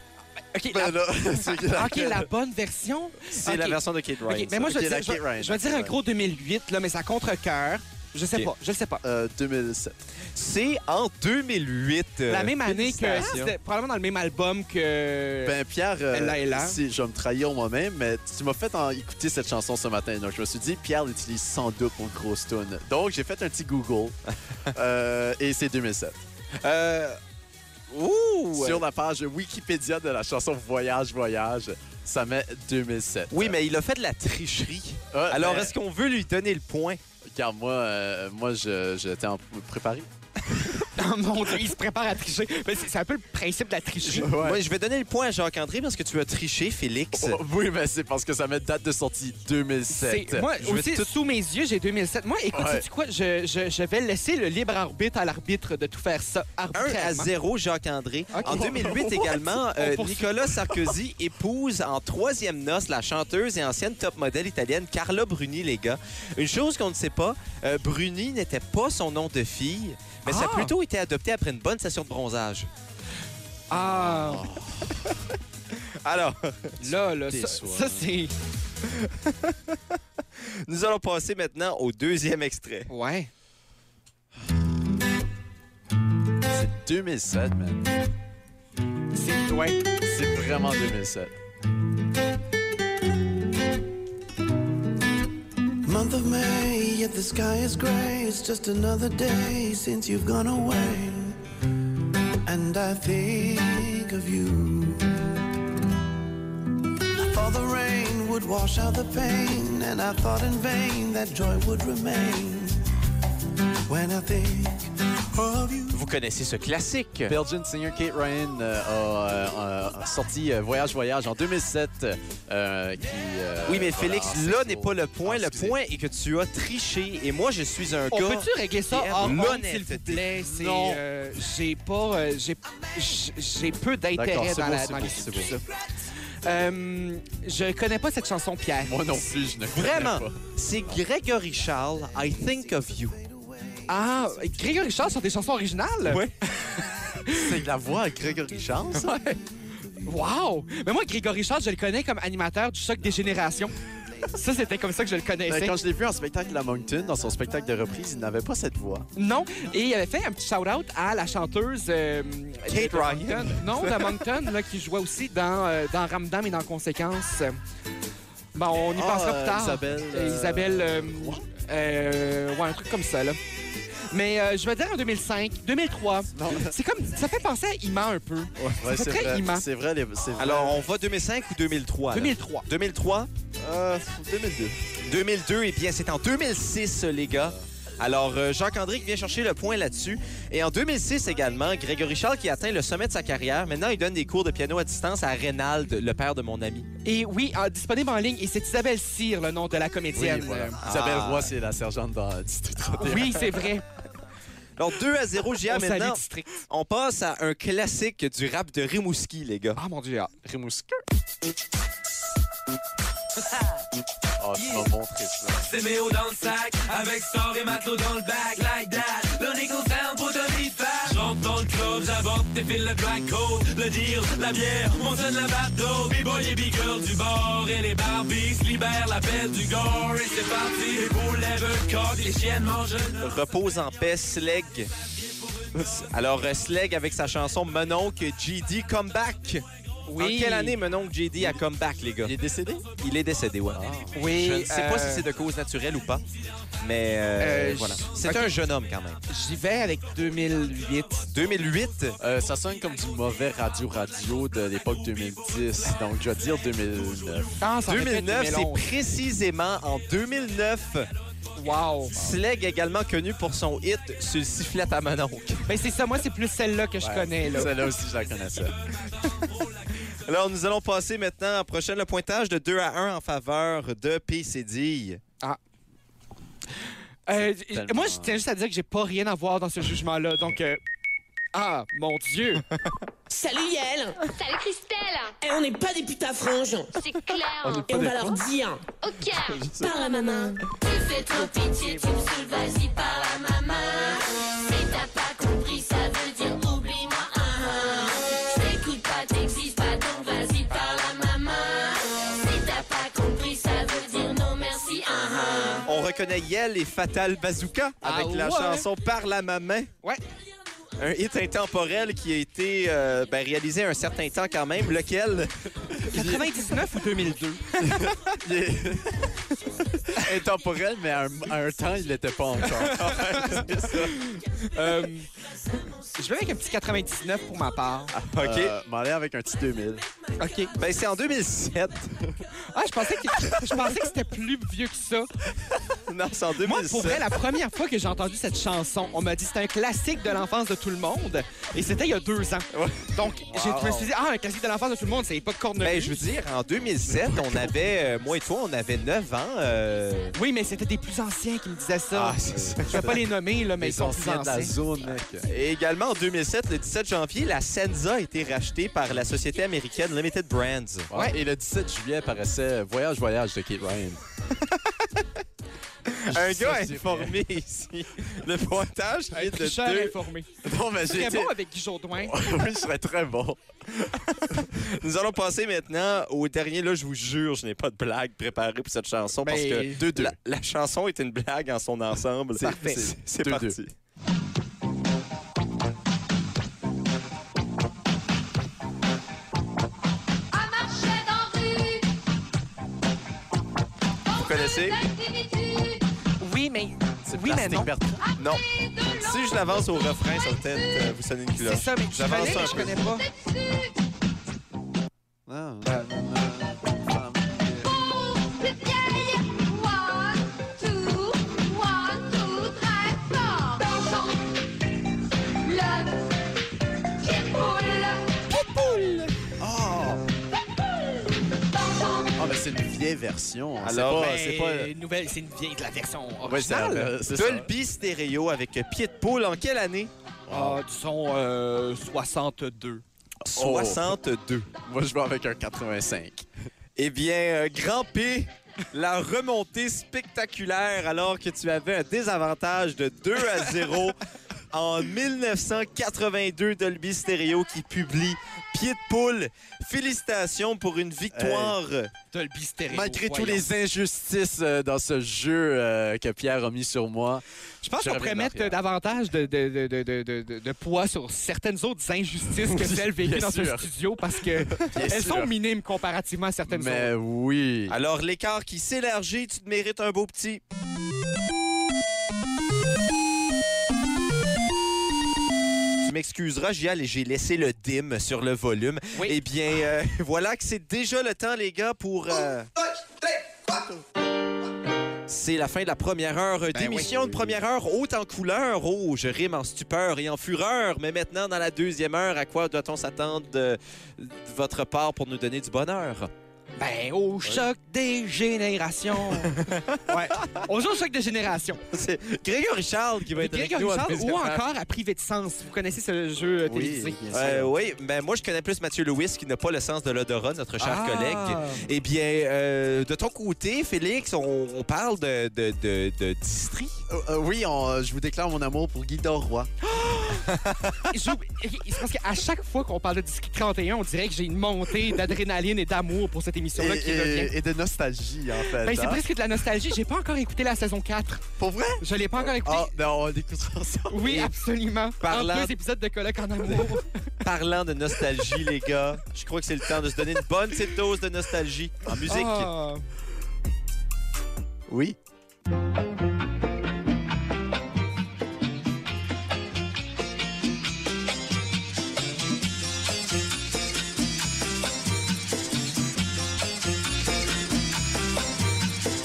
OK,
Ben là, c'est
la... ah, OK, la bonne version.
C'est
Ok.
la version de Kate Ryan.
OK, mais moi, je
Ok,
vais
la
dire, je vais-
Kate Ryan,
je vais
la
dire
Kate
un
Ryan.
gros 2008, là, mais ça contre-cœur. Je sais
Ok.
pas, je le sais pas.
Euh, 2007.
C'est en 2008. euh,
La même année que...
félicitations.
c'était probablement dans le même album que...
Ben, Pierre, euh,
Ella, Ella.
si je vais me trahir moi-même, mais tu m'as fait en écouter cette chanson ce matin. Donc, je me suis dit, Pierre l'utilise sans doute pour grosse tune. Donc, j'ai fait un petit Google. Euh, et c'est 2007.
Euh, Ouh!
Sur la page Wikipédia de la chanson Voyage, Voyage, ça met 2007.
Oui, mais il a fait de la tricherie.
Ah,
Alors,
ben,
est-ce qu'on veut lui donner le point?
Car moi, euh, moi je- j'étais en préparé.
Oh mon Dieu, il se prépare à tricher. Mais c'est, c'est un peu le principe de la tricherie.
Moi, je vais donner le point à Jacques-André parce que tu as triché, Félix.
Oh, oui, mais c'est parce que ça met date de sortie 2007.
C'est- moi
Je vais
aussi,
tout-
sous mes yeux, j'ai 2007. Moi, écoute,
Ouais.
sais-tu quoi? Je, je- je vais laisser le libre arbitre à l'arbitre de tout faire ça
1 à
arbitrairement.
0, Jacques-André. En 2008 également, euh,
poursuit.
Nicolas Sarkozy épouse en troisième noce la chanteuse et ancienne top modèle italienne Carla Bruni, les gars. Une chose qu'on ne sait pas, euh, Bruni n'était pas son nom de fille, mais ça
Ah!
a plutôt été adopté après une bonne session de bronzage.
Ah,
Alors,
là, là, ça,
déçois.
ça, c'est...
nous allons passer maintenant au deuxième extrait.
Ouais.
C'est 2007, man.
C'est... Ouais.
C'est vraiment 2007.
Month of May, yet the sky is gray. It's just another day since you've gone away. And I think of you. I thought the rain would wash out the pain, and I thought in vain that joy would remain. When I think of you.
Vous connaissez ce classique.
Belgian singer Kate Ryan euh, a, euh, a sorti euh, Voyage Voyage en 2007. euh, qui, euh,
Oui, mais
voilà,
Félix,
en
là
cinq
n'est
jours.
pas le point.
Ah,
le
excusez.
point est que tu as triché. Et moi, je suis un
On
gars...
peut-tu régler ça
et
en honte,
l'honnêteté.
s'il vous plaît? C'est,
Non.
euh, j'ai pas... euh, j'ai, j'- j'ai peu
D'accord,
d'intérêt
c'est
dans,
beau,
la,
c'est
dans
beau,
les-
c'est
tout
beau.
ça. Euh, je connais pas cette chanson, Pierre.
Moi non plus, je ne connais
Vraiment,
pas.
c'est Gregory Charles, I Think of You.
Ah, Grégory Charles sur des chansons originales?
Ouais.
C'est la voix à Grégory Charles, ça?
Wow! Mais moi, Grégory Charles, je le connais comme animateur du Choc des générations. Ça, c'était comme ça que je le
Mais
connaissais.
Ben, quand je l'ai vu en spectacle à Moncton, dans son spectacle de reprise, il n'avait pas cette voix.
Non, et il avait fait un petit shout-out à la chanteuse... euh,
Kate
de
Ryan.
Moncton. Non, de Moncton, là, qui jouait aussi dans, euh, dans Ramdam et dans Conséquences. Bon, on y
Ah,
pensera
euh,
plus tard.
Isabelle,
Euh,
euh,
Isabelle... euh, euh, ouais, un truc comme ça, là. Mais euh, je vais dire en 2005, 2003. C'est comme... Ça fait penser à Ima un peu.
Ouais,
fait
c'est
très
vrai.
immense.
C'est vrai, les- c'est vrai.
Alors, on va 2005 ou 2003? là?
2003.
2003?
Euh, 2002.
eh 2002, et bien, c'est en 2006, les gars. Alors, euh, Jacques-André qui vient chercher le point là-dessus. Et en 2006 également, Grégory Charles qui atteint le sommet de sa carrière. Maintenant, il donne des cours de piano à distance à Reynald, le père de mon ami.
Et oui, ah, disponible en ligne. Et c'est Isabelle Cyr, le nom de la comédienne. Euh,
Isabelle Roy, c'est la sergente dans District 31.
Oui, c'est vrai.
Alors, 2 à 0
On
JA
salue
maintenant.
District.
On passe à un classique du rap de Rimouski, les gars.
Ah, mon Dieu. ah.
Rimouski. Ah, tu m'as montré ça.
C'est Méo dans le sac, avec Star et Matelot dans le back, like that. Le Nico down pour Tommy Fat. J'entre dans le club, j'aborde tes fils le black coat. Le deal, la bière, on sonne la batte d'eau. B-boy et b-girl du bord et les barbies se libèrent la pelle du gore. Et c'est parti, les beaux lèvres coq, les chiennes mangent le
Repose en paix, Sleg. Alors, euh, Sleg avec sa chanson Mononc JD Comeback.
Oui.
En quelle année Mononc JD a comeback, les gars? Ah. Il est décédé? Il est décédé, ouais.
Oui.
Je ne sais
euh,
pas si c'est de cause naturelle ou pas, mais euh,
Euh,
voilà.
j-
C'est
ok.
un jeune homme quand même.
J'y vais avec 2008.
2008,
Euh, ça sonne comme du mauvais radio-radio de l'époque 2010. Donc, je vais dire 2009.
Ah, ça aurait pu être
2009, c'est
2011.
précisément en 2009.
Wow.
Sleg également connu pour son hit sur le sifflet à Mononc.
Ben, c'est ça. Moi, c'est plus celle-là que je
Ouais,
connais. Là.
Celle-là aussi, je la connaissais.
Alors, nous allons passer maintenant à prochain le pointage de 2 à 1 en faveur de PCD.
Euh,
C'est tellement-
Moi, je tiens juste à dire que j'ai pas rien à voir dans ce jugement-là. Donc, euh, ah, mon Dieu.
Salut Yael
Salut Christelle,
Eh, On n'est pas des putains franges
c'est clair. hein.
Et on va leur dire
Au cœur.
Par la maman
Tu fais trop pitié, tu me saoules, vas-y par la maman. Si t'as pas compris, ça veut dire oublie-moi. hein, hein. Je t'écoute pas, t'existes pas, donc vas-y par la maman. Si t'as pas compris, ça veut dire non merci. hein, hein.
On reconnaît Yel et Fatal Bazooka
Ah
avec la
ouais.
chanson Par la maman.
Ouais.
Un hit intemporel qui a été euh, ben, réalisé un certain temps quand même, lequel
99 ou 2002?
Il est intemporel, mais à un, à un temps, il l'était pas encore.
Euh, je vais avec un petit 99 pour ma part.
Ah, OK.
Euh, m'en aller avec un petit 2000.
OK.
Ben, c'est en 2007.
Ah, je pensais que, je pensais que c'était plus vieux que ça.
non, c'est en 2007.
Moi, pour vrai, la première fois que j'ai entendu cette chanson, on m'a dit c'était un classique de l'enfance de tout le monde. Et c'était il y a deux ans. Donc, j'ai- je me suis dit, ah, un classique de l'enfance de tout le monde, c'est pas Corneille.
Ben, je veux dire, en 2007, on avait, euh, moi et toi, on avait 9 ans. euh,
Oui, mais c'était des plus anciens qui me disaient ça.
Ah, c'est ça.
Je vais pas les nommer, là, mais ils
Les
sont plus
anciens de la
anciens.
zone, mec.
Et également, en 2007, le 17 janvier, la Senza a été rachetée par la société américaine Limited Brands.
Ouais, Et le 17 juillet paraissait Voyage, Voyage de Kate Ryan.
Un
Ça,
gars
c'est
informé ici. Le pointage qui est de
Tricheur
deux. Oh.
informé.
Non, mais j'ai
Très
été...
bon avec Guy Jourdouin.
oui, je serais très bon.
Nous allons passer maintenant au dernier. Là, je vous jure, je n'ai pas de blague préparée pour cette chanson parce
Ben,
que La, la chanson est une blague en son ensemble. C'est
Parfait.
c'est- C'est
Deux,
parti.
À marcher dans rue.
Vous connaissez?
Oui, mais.
C'est
Oui, mais
Plastic
non.
Bertrand.
Non. Si je l'avance au refrain, ça va peut-être euh, vous sonner une
C'est
cloche.
ça, mais je
J'avance
connais,
un
mais je
peu.
connais pas.
Ah. Ah, mais c'est une vieille version.
Alors,
Alors, euh, c'est pas...
Ben, nouvelle, c'est une vieille de la version
Ouais, c'est
originale.
la- c'est ça.
Dolby Stereo avec Pied de Poule en quelle année?
Ah, du son euh, 62.
Oh.
62.
Moi, je vais avec un 85.
Eh bien, euh, Grand P, la remontée spectaculaire alors que tu avais un désavantage de 2 à 0 en 1982 Dolby Stereo qui publie Pied de poule. Félicitations pour une victoire.
Dolby Stereo.
Malgré tous
oh, voyons.
les injustices euh, dans ce jeu euh, que Pierre a mis sur moi,
Je pense
Je
qu'on pourrait
reviens
mettre
en arrière.
davantage de, de, de, de, de, de- de- de poids sur certaines autres injustices que
Oui,
celles vécues
bien
dans ce
sûr.
studio parce que elles
sûr.
sont minimes comparativement à certaines
mais
autres.
oui.
Alors, l'écart qui s'élargit, tu te mérites un beau petit. Tu m'excuseras, Gial, et j'ai laissé le dim sur le volume.
Oui.
Eh bien, euh, voilà que c'est déjà le temps, les gars, pour... euh, C'est la fin de la première heure euh, d'émission de première heure haute en couleur. Oh, je rime en stupeur et en fureur. Mais maintenant, dans la deuxième heure, à quoi doit-on s'attendre de, de votre part pour nous donner du bonheur?
Ben, au choc des générations. ouais. Au jour au choc des générations.
C'est Grégory Charles qui va être avec
Grégory
nous. à
Charles ou
deuxième heure.
encore à privé de sens. Vous connaissez ce jeu euh, télévisé?
Euh, oui, ben moi je connais plus Mathieu Lewis qui n'a pas le sens de l'odorat, notre cher
Ah.
collègue. Eh bien, euh, de ton côté, Félix, on, on parle de, de, de, de distri.
Euh, euh, oui, on, euh, je vous déclare mon amour pour Guy Roy.
J'oublie- C'est parce qu'à chaque fois qu'on parle de District 31, on dirait que j'ai une montée d'adrénaline et d'amour pour cette
Et,
émission-là qui revient.
et- et de nostalgie, en fait.
Ben, c'est
hein.
presque de la nostalgie. J'ai pas encore écouté la saison 4.
Pour vrai?
Je l'ai pas encore écouté.
Ah, ben, on l'écoutera ensemble.
oui, absolument.
Parlant-
En deux épisodes de Coloc en amour.
Parlant de nostalgie, les gars, je crois que c'est le temps de se donner une bonne petite dose de nostalgie en musique.
Ah.
Oui.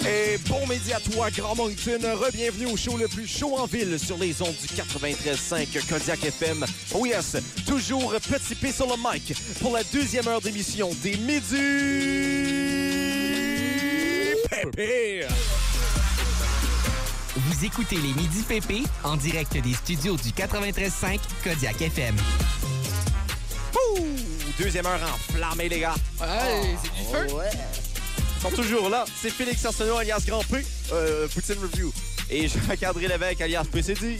Et bon midi à toi, Grand Moncton. Re-bienvenue au show le plus chaud en ville sur les ondes du 93.5 Kodiak FM. Oh yes, toujours petit P sur le mic pour la deuxième heure d'émission des Midi Pépé.
Vous écoutez les Midi PP en direct des studios du 93.5 Kodiak FM.
Ouh, Deuxième heure enflammée, les gars.
Hey, c'est du
Oh,
feu.
Ils sont toujours là. C'est Félix Arsenault, alias Grand P, euh, Poutine Review. Et Jacques-André Lévesque, alias PCD.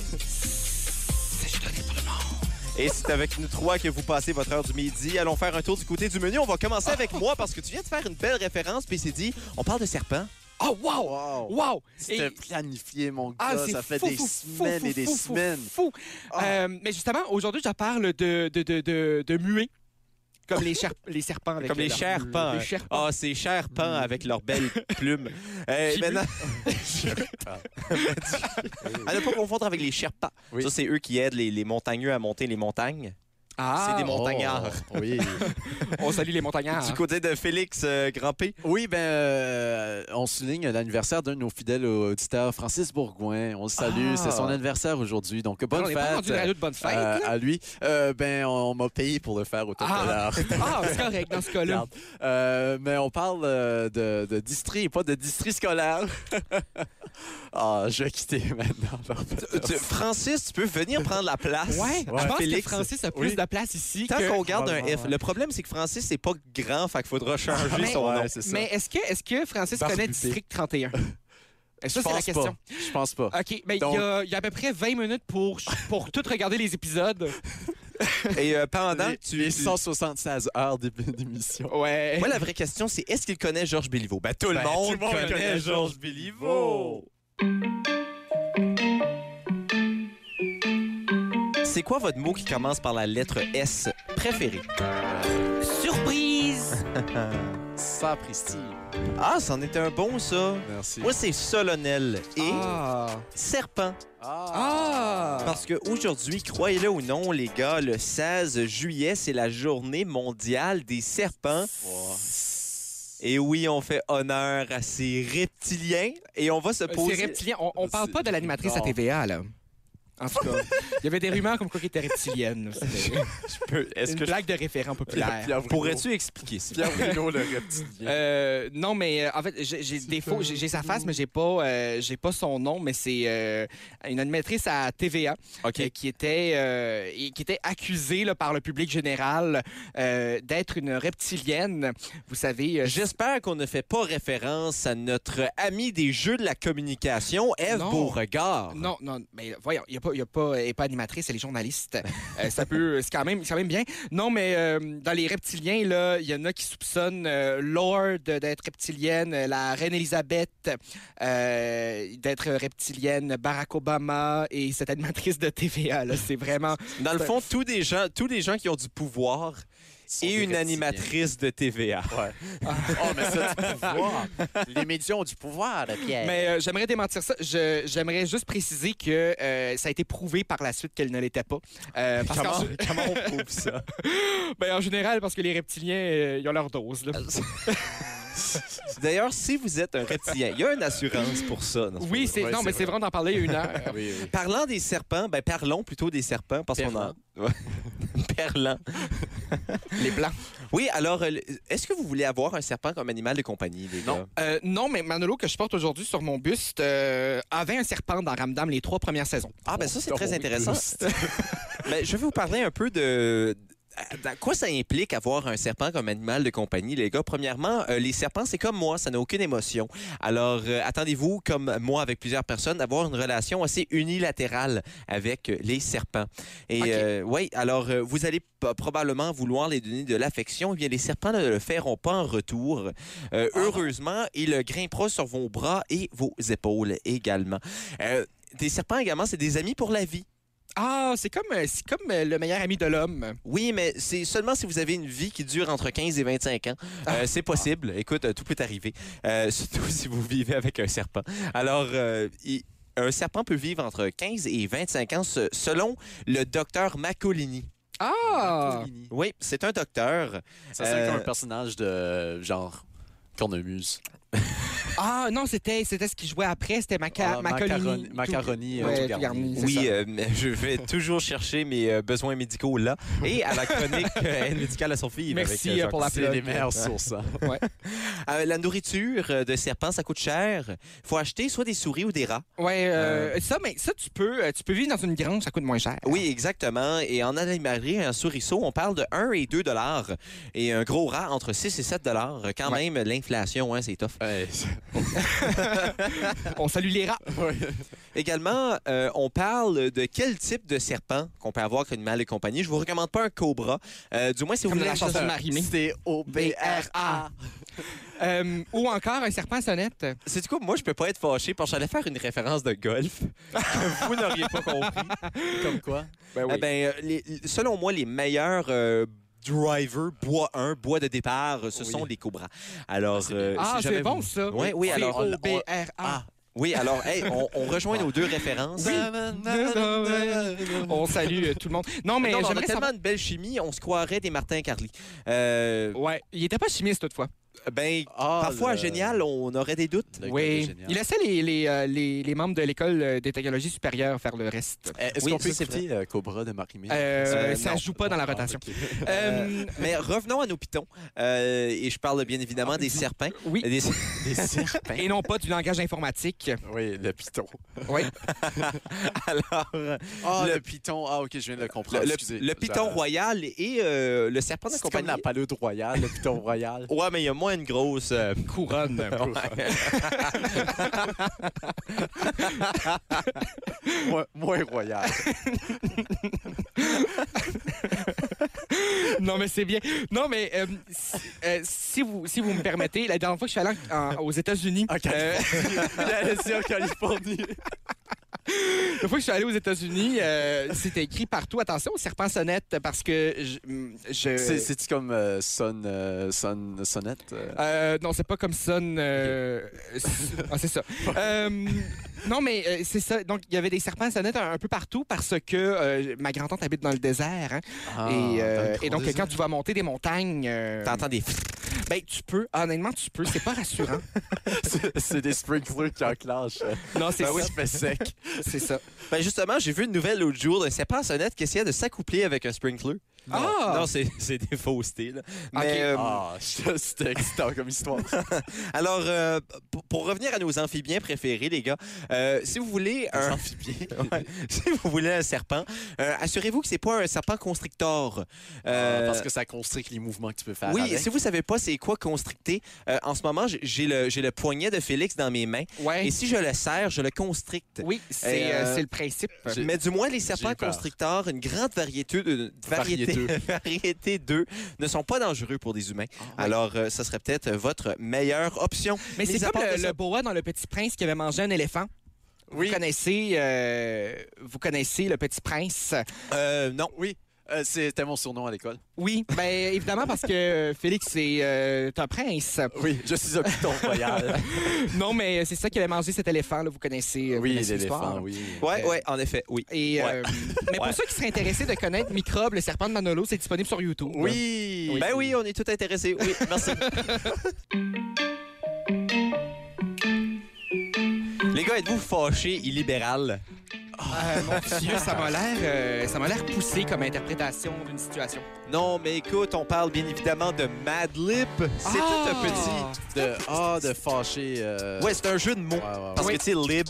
Et c'est avec nous trois que vous passez votre heure du midi. Allons faire un tour du côté du menu. On va commencer avec moi parce que tu viens de faire une belle référence, PCD. On parle de serpent.
Oh, wow!
Wow.
Wow!
C'était
Et-
planifié, mon gars.
Ah, c'est
ça fait
fou,
des
fou,
semaines
fou,
et des
fou, fou,
semaines.
fou. Euh, mais justement, aujourd'hui, je parle de, de, de, de, de muets. Comme les, cher- les serpents. Avec
Comme les
leur-
serpents.
Les serpents.
Ah, ces chers pans avec leurs belles plumes. Euh,
J'ai
maintenant... à ne pas confondre avec les Sherpas.
Oui.
Ça, c'est eux qui aident les, les montagneux à monter les montagnes.
Ah,
c'est des montagnards.
Oh, oui.
on salue les montagnards. hein.
Du côté de Félix euh, Grand P.
Oui, ben, euh, on souligne l'anniversaire d'un de nos fidèles auditeurs, Francis Bourgoin. On le salue,
Ah.
c'est son anniversaire aujourd'hui. Donc, bonne
Alors, on n'est pas rendu
fête
une radio de bonne fête.
euh,
là.
à lui. Euh, ben, on m'a payé pour le faire au total.
Ah. Ah, c'est correct dans ce cas-là.
Regarde. Euh, mais on parle euh, de, de distri et pas de distri scolaire. Ah, je vais quitter maintenant.
Tu- Francis, tu peux venir prendre la place.
Ouais,
Ouais.
je pense
Félix.
que Francis a plus
Oui.
de place ici.
Tant
que-
qu'on garde un
Probablement,
F.
ouais. Ah,
Le problème, c'est que Francis, c'est pas grand, fait qu'il faudra changer
Mais-
son nom.
Ouais, c'est ça.
Mais est-ce que, est que Francis
Barbe
connaît
Lupé.
District 31?
Je
Ça, c'est la
pense
question.
Pas. Je pense pas.
OK, mais il
Donc-
y, a- il y a à peu près 20 minutes pour, pour tout regarder les épisodes.
Et euh, pendant
Les-
que tu.
les
tu-
176 heures d'ép- d'émission.
Ouais.
Moi, la vraie question, c'est est-ce qu'il connaît Georges Béliveau? Ben, tout le
Ben,
monde,
tout le monde
connaît,
connaît
Georges Béliveau. C'est quoi votre mot qui commence par la lettre S préférée?
Surprise
Ça, Pristi.
Ah, c'en est un bon, ça.
Merci.
Moi, c'est solennel et
Ah.
serpent.
Ah.
Parce qu'aujourd'hui, croyez-le ou non, les gars, le 16 juillet, c'est la journée mondiale des serpents. Et oui, on fait honneur à ces reptiliens et on va se
C'est
poser...
reptilien. On, on parle pas de l'animatrice à
Non.
TVA, là. En tout cas, il y avait des rumeurs comme quoi qu'elle était reptilienne. là. C'était
Peu- Est-ce
une
que je-
blague de référent populaire.
Pierre Bruno.
Pourrais-tu expliquer ça?
Pierre Bruno, le reptilien.
Euh, non, mais euh, en fait, j'ai j'ai des faux. J'ai j'ai sa face, mais j'ai pas, euh, j'ai pas son nom. Mais c'est euh, une animatrice à TVA euh, qui était, euh, et qui était accusée là, par le public général euh, d'être une reptilienne. Vous savez, euh,
J'espère qu'on ne fait pas référence à notre ami des jeux de la communication, Eve
Non.
Beauregard.
Non, non, mais voyons, il n'y a, pas- y a pas, elle est pas animatrice, elle est journaliste. Euh, ça peut, c'est quand, même- c'est quand même bien. Non, mais euh, dans les reptiliens, là, il y en a qui soupçonnent euh, Lord d'être reptilienne, euh, la reine Elisabeth euh, d'être reptilienne, Barack Obama et cette animatrice de TVA, là, c'est vraiment...
Dans le fond, tous les gens, tous les gens qui ont du pouvoir
Sont
et
des
une
reptiliens.
animatrice de TVA.
Oh, mais ça, du pouvoir. Les médias ont du pouvoir, là, Pierre.
Mais euh, j'aimerais démentir ça. Je- J'aimerais juste préciser que euh, ça a été prouvé par la suite qu'elle ne l'était pas. Euh, parce qu'en-
comment on prouve ça?
Ah, ben, en général, parce que les reptiliens, euh, ils ont leur dose. là.
D'ailleurs, si vous êtes un reptilien, il y a une assurance pour ça. non,
Oui,
pas vrai.
c'est non, mais c'est vraiment d'en parler une heure.
Ah, Oui, oui.
Parlant des serpents, ben parlons plutôt des serpents parce qu'on en. Perlant.
Les blancs.
Oui, alors, euh, le- est-ce que vous voulez avoir un serpent comme animal de compagnie, les gars?
Non. Euh, non, mais Manolo, que je porte aujourd'hui sur mon buste, euh, avait un serpent dans Ramdam les trois premières saisons.
Ah, ben ça, c'est très
Oh,
intéressant. Ben, je vais vous parler un peu de. À quoi ça implique avoir un serpent comme animal de compagnie, les gars? Premièrement, euh, les serpents, c'est comme moi, ça n'a aucune émotion. Alors, euh, attendez-vous, comme moi avec plusieurs personnes, d'avoir une relation assez unilatérale avec euh, les serpents. Et
Ok.
oui, alors, euh, vous allez p- probablement vouloir les donner de l'affection. Eh bien, les serpents ne le feront pas en retour. Euh, heureusement, ils grimpera sur vos bras et vos épaules également. Euh, des serpents également, c'est des amis pour la vie.
Ah, c'est comme, euh, c'est comme euh, le meilleur ami de l'homme.
Oui, mais c'est seulement si vous avez une vie qui dure entre 15 et 25 ans.
Ah.
Euh, c'est possible. Écoute, euh, tout peut arriver. Euh, surtout si vous vivez avec un serpent. Alors, euh, il- un serpent peut vivre entre 15 et 25 ans se- selon le docteur Macolini.
Ah!
Oui, c'est un docteur.
Ça sonne comme
Euh,
un personnage de euh, genre cornemuse.
Ah, non, c'était c'était ce qu'il jouait après, c'était Maca,
Ah,
Macaroni.
macaroni. Macaroni. euh,
Ouais,
tout
tout
garni.
garni. C'est
Oui,
ça.
euh, mais je vais toujours chercher mes euh, besoins médicaux là. Et à la chronique euh, aide médicale à survivre.
Merci,
avec,
euh, pour la
Jacques-
C'est les
plug.
meilleures sources. hein.
Euh, la nourriture euh, de serpent, ça coûte cher. faut acheter soit des souris ou des rats.
Tout- Ouais, euh, ça, mais ça, tu peux, euh, tu peux vivre dans une grange, ça coûte moins cher.
Oui, exactement. Et en animalerie, un souriceau, on parle de 1 et 2 dollars. Et un gros rat, entre 6 et 7 dollars. Quand
Ouais.
même, l'inflation, hein, c'est tough.
Ouais, c'est-
On salue les rats.
Également, euh, on parle de quel type de serpent qu'on peut avoir comme animal de compagnie. Je vous recommande pas un cobra. Euh, du moins, si
Comme
vous
dans la
voulez...
chanson de Marimé.
C-O-B-R-A.
Euh, ou encore un serpent à sonnette.
C'est du coup, moi, je peux pas être fâché parce que j'allais faire une référence de golf que vous n'auriez pas compris.
Comme quoi?
Eh ben, euh, les- selon moi, les meilleurs euh, drivers, bois 1, bois de départ, euh, ce
Oui.
sont les cobras. Alors, euh,
Ah,
si jamais
c'est bon,
vous-
ça.
Ouais, oui,
C'est
alors, on-
O-B-R-A.
Ah, oui, alors, hey, on, on rejoint nos deux références.
On salue euh, tout le monde. Non, mais
Non, mais on a
j'aimerais
tellement
savoir...
de belle chimie, on se croirait des Martin Carly. Euh,
Ouais, il était pas chimiste toutefois.
ben,
Ah,
parfois,
le-
génial, on aurait des doutes.
le gars est
oui.
génial.
Il laissait les, les, euh, les- les membres de l'école euh, des technologies supérieures faire le reste.
Eh, Est-ce
Oui,
qu'on peut
ça, c'est
accepter euh, Cobra de Marimé? Ah,
Euh,
Euh,
ça
non.
joue pas dans la rotation.
Euh, mais revenons à nos pitons. Euh, et je parle bien évidemment des serpents.
Oui.
Des-
Des serpents.
Et non pas du langage informatique.
Oui, le python.
Oui.
Alors, le,
Ah,
Le-
le, python. Ah, ok, je viens de le comprendre.
le,
Excusez.
le piton
Je-
royal et euh, le serpent de
C'est comme
compagnie.
la palude royale, le python royal.
Ouais, mais il y a moins une grosse. euh,
Couronne.
Moins, moins royal.
non, mais c'est bien. Non, mais euh, si, euh, si vous, si vous me permettez, la dernière fois que je suis allé en- en- aux États-Unis,
En
euh,
C'est en Californie.
La fois que je suis allé aux États-Unis, euh, c'était écrit partout attention aux serpents sonnettes parce que je. je-
C'est- C'est-tu comme euh, son, euh, son- sonnette? euh?
Euh, non, c'est pas comme sonne. euh, s- ah, c'est ça. Euh, non, mais euh, c'est ça. Donc, il y avait des serpents sonnettes un, un peu partout parce que euh, ma grand-tante habite dans le désert. hein.
Ah,
et, euh, et donc, quand tu vas monter des montagnes, euh,
T'entends des.
ben, tu peux. Honnêtement, tu peux. C'est pas rassurant.
C'est- C'est des sprinklers qui enclenchent.
non, c'est
Ben
ça.
oui, je fais sec.
C'est ça.
Ben justement, j'ai vu une nouvelle l'autre jour d'un serpent à sonnette qui essayait de s'accoupler avec un sprinkler.
Ah!
Non, c'est c'est des faussetés, là. Mais,
Ok.
euh,
Ah, je- c'était excitant comme histoire.
alors, euh, pour, pour revenir à nos amphibiens préférés, les gars, euh, si vous voulez un... Ouais. si vous voulez un serpent, euh, assurez-vous que c'est pas un serpent constrictor.
Euh,
Euh,
parce que ça constricte les mouvements que tu peux faire.
Oui,
avec.
si vous savez pas c'est quoi constricter, euh, en ce moment, j'ai- j'ai le, j'ai le poignet de Félix dans mes mains.
Ouais.
Et si je le serre, je le constricte.
Oui, c'est
Et,
euh,
euh,
c'est le principe.
J'ai-
Mais du moins, les
j'ai
serpents
eu peur.
constricteurs, une grande variété de variété, variété d'eux, ne sont pas dangereux pour des humains.
Ah
Alors, euh, ça serait peut-être votre meilleure option.
Mais
les
c'est comme
apports
le,
de
le
ça-
boa dans Le Petit Prince qui avait mangé un éléphant.
Oui.
Vous connaissez, euh, vous connaissez Le Petit Prince.
Euh, non.
Oui, euh, c'était mon surnom à l'école.
Oui, ben évidemment parce que euh, Félix est euh, un prince.
Oui, je suis un python royal.
Non, mais euh, c'est ça qu'il avait mangé cet éléphant. Là, vous connaissez. euh, vous
oui,
connaissez l'histoire.
l'éléphant, oui.
Ouais,
Euh,
ouais, en effet, oui.
Et,
Ouais.
euh, mais pour ceux qui seraient intéressés de connaître Microbe, le serpent de Manolo, c'est disponible sur YouTube.
Oui. Ben oui, on est tout intéressés. Oui, merci. gars, êtes-vous fâché illibéral?
Euh, mon Dieu, ça m'a l'air, euh, ça m'a l'air poussé comme interprétation d'une situation.
Non, mais écoute, on parle bien évidemment de Mad Lip. C'est
Ah!
tout un petit...
De ah, de fâché. euh,
Ouais, c'est un jeu de mots.
ouais, ouais,
Parce
ouais.
que, tu sais, lib,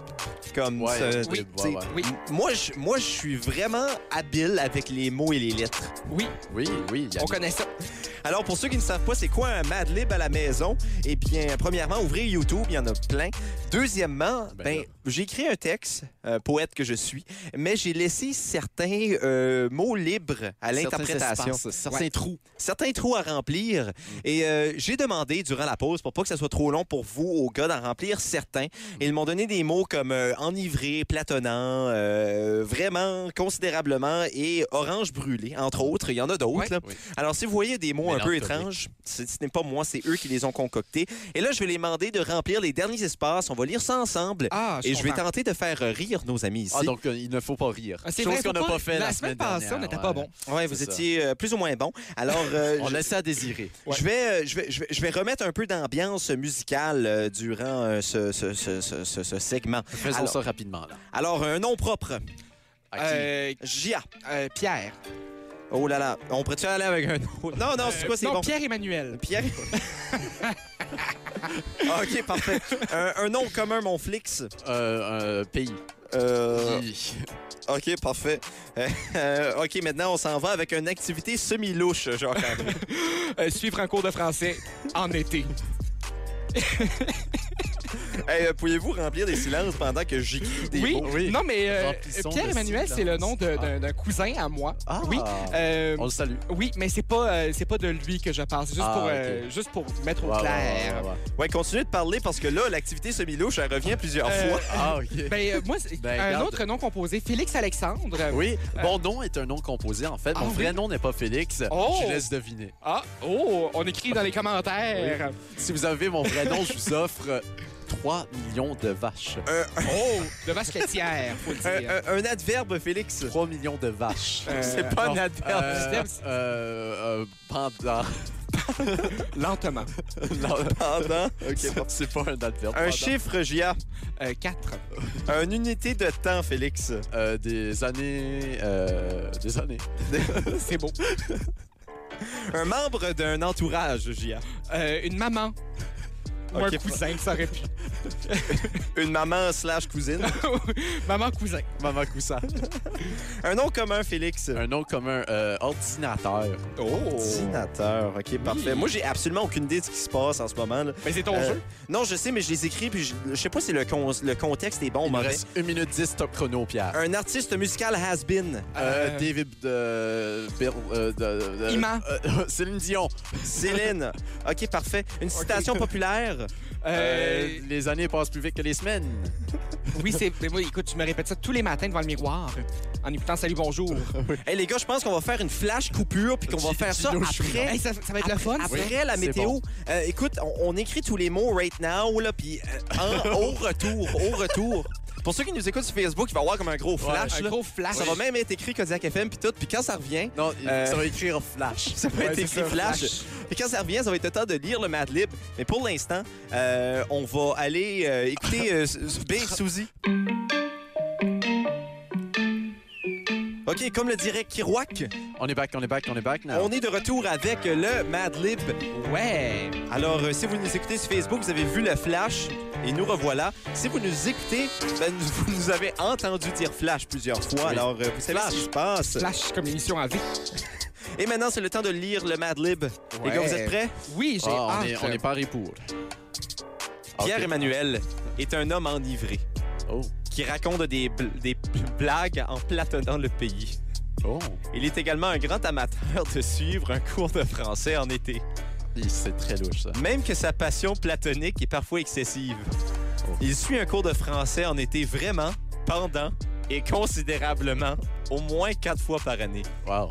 comme
Ouais,
ça,
lib,
tu sais,
ouais, ouais.
Oui.
Moi, je, moi, je suis vraiment habile avec les mots et les lettres.
Oui,
Oui, oui. il y a-
on connaît ça.
Alors, pour ceux qui ne savent pas c'est quoi un Mad Lib à la maison, eh bien, premièrement, ouvrez YouTube, il y en a plein. Deuxièmement,
Ben
ben,
là.
j'ai écrit un texte, euh, poète que je suis, mais j'ai laissé certains euh, mots libres à
certains
l'interprétation.
espaces, Certains
Ouais.
trous.
certains trous à remplir. Et euh, j'ai demandé durant la pause, pour pas que ça soit trop long pour vous, aux gars, d'en remplir certains. Et ils m'ont donné des mots comme euh, enivré, platonnant, euh, vraiment, considérablement, et orange brûlé, entre autres. Il y en a d'autres.
Ouais.
là.
Oui.
Alors, si vous voyez des mots un peu
Mélancolie.
étranges, ce ce n'est pas moi, c'est eux qui les ont concoctés. Et là, je vais les demander de remplir les derniers espaces. On va lire ça ensemble.
Ah,
et je vais
comprends.
tenter de faire euh, rire nos amis ici.
Ah, donc euh, il ne faut pas rire.
Ah, c'est
Chose
vrai,
qu'on
faut
n'a pas fait la, semaine,
passée,
dernière,
on n'était
ouais.
pas bon.
ouais, vous
c'est ça.
étiez euh, plus ou moins bon. Alors, euh,
On
je-
laissait à désirer.
Je, vais, euh, je, vais, je, vais, je vais remettre un peu d'ambiance musicale euh, durant euh, ce, ce, ce, ce, ce- ce segment.
Faisons
Alors-
ça rapidement, là.
Alors, un nom propre.
À Ah, qui?
Euh,
Jia.
euh, Pierre.
Oh là là, on pourrait-tu aller avec un autre? Non, non, c'est quoi, c'est
non,
bon.
Pierre Emmanuel.
Pierre. Ah, OK, parfait. Un, un nom commun, mon flix.
Euh, un pays.
Euh,
Qui-
OK, parfait. Euh, euh, OK, maintenant, on s'en va avec une activité semi-louche, Jacques-André.
Euh, suivre un cours de français en été.
Hey, euh, Pourriez-vous remplir des silences pendant que j'écris des
oui.
mots?
non, mais euh,
Remplissons
Pierre
le
Emmanuel,
silence.
c'est le nom de- d'un d'un cousin à moi. Oui. Euh,
On le salue.
Oui, mais c'est pas, euh, c'est pas de lui que je parle. C'est juste,
Ah,
pour, euh, juste pour mettre au
Ouais, ouais,
clair.
ouais, ouais, ouais.
Ouais, continuez de parler parce que là, l'activité semi-louche, elle revient plusieurs
Euh,
fois.
Ah, OK.
Ben, euh, moi, c'est-
Ben,
un
garde.
autre nom composé, Félix Alexandre.
Oui, mon nom est un nom composé, en fait.
euh. Ah
Mon vrai
oui?
nom n'est pas Félix.
Oh!
Je laisse deviner.
Ah, oh, on écrit dans les commentaires.
Si vous avez mon vrai nom, je vous offre euh, 3 millions de vaches.
Oh, de vache laitière, faut le
Euh,
Un,
dire.
un- un adverbe, Félix.
3 millions de vaches.
Euh,
C'est pas
Euh, bon,
un adverbe.
Euh,
système.
euh, euh, pendant.
Lentement.
Pendant.
C'est pas un adverbe.
Un
pendant.
chiffre, Gia.
Euh, quatre.
Une unité de temps, Félix.
Euh, des années. euh, des années.
C'est beau.
Un membre d'un entourage, Gia.
Euh, une maman. Ou
Ok,
un cousin, ça aurait pu.
Une maman slash cousine.
maman, cousin.
Maman Coussa.
Un nom commun, Félix.
Un nom commun. euh, ordinateur. Oh.
Ordinateur. OK, parfait. Moi, j'ai absolument aucune idée de ce qui se passe en ce moment. là.
Mais c'est ton
Euh,
jeu.
Non, je sais, mais je les écris, puis je, je sais pas si le, con- le contexte est bon ou
Il me
mauvais.
reste 1 minute 10 top chrono, Pierre.
Un artiste musical has been.
Euh,
Euh,
David euh, Bill, euh, de, de-
Ima.
euh, Céline Dion.
Céline. OK, parfait. Une citation populaire.
Euh,
Euh,
les années passent plus vite que les semaines.
oui, c'est. mais moi, écoute, tu me répètes ça tous les matins devant le miroir en écoutant Salut, bonjour.
Hey, les gars, je pense qu'on va faire une flash coupure, puis qu'on va
Gino
faire ça après.
Hey, ça, ça va être le fun. ça.
Après la météo, euh, écoute, on, on écrit tous les mots right now, là, puis euh, en- au retour, au retour. Pour ceux qui nous écoutent sur Facebook, il va y avoir comme un gros flash.
Un
là.
gros flash.
Ça va même être écrit Kodiak FM, puis tout. Puis quand ça revient,
Non,
Euh,
ça va écrire Flash.
ça va être écrit flash. Puis quand ça revient, ça va être le temps de lire le Mad Lib. Mais pour l'instant, euh, on va aller euh, écouter euh, B. Suzy. OK, comme le dirait Kirouac,
On est back, on est back, on est back now.
on est de retour avec le Mad Lib.
Ouais.
Alors, euh, si vous nous écoutez sur Facebook, vous avez vu le flash et nous revoilà. Si vous nous écoutez, ben, nous- vous nous avez entendu dire flash plusieurs fois.
Oui.
Alors, euh, vous savez ce qui se passe.
Flash comme émission à vie.
Et maintenant, c'est le temps de lire le Mad Lib.
Ouais.
Les gars, vous êtes prêts?
Oui, j'ai
Ah, on,
hâte.
est, on est paré pour. Ah, Ok.
Pierre-Emmanuel est un homme enivré
Oh,
qui raconte des, bl- des blagues en platonnant le pays.
oh.
Il est également un grand amateur de suivre un cours de français en été,
Hi, C'est très louche, ça.
même que sa passion platonique est parfois excessive.
Oh.
Il suit un cours de français en été vraiment, pendant et considérablement, au moins quatre fois par année.
Wow.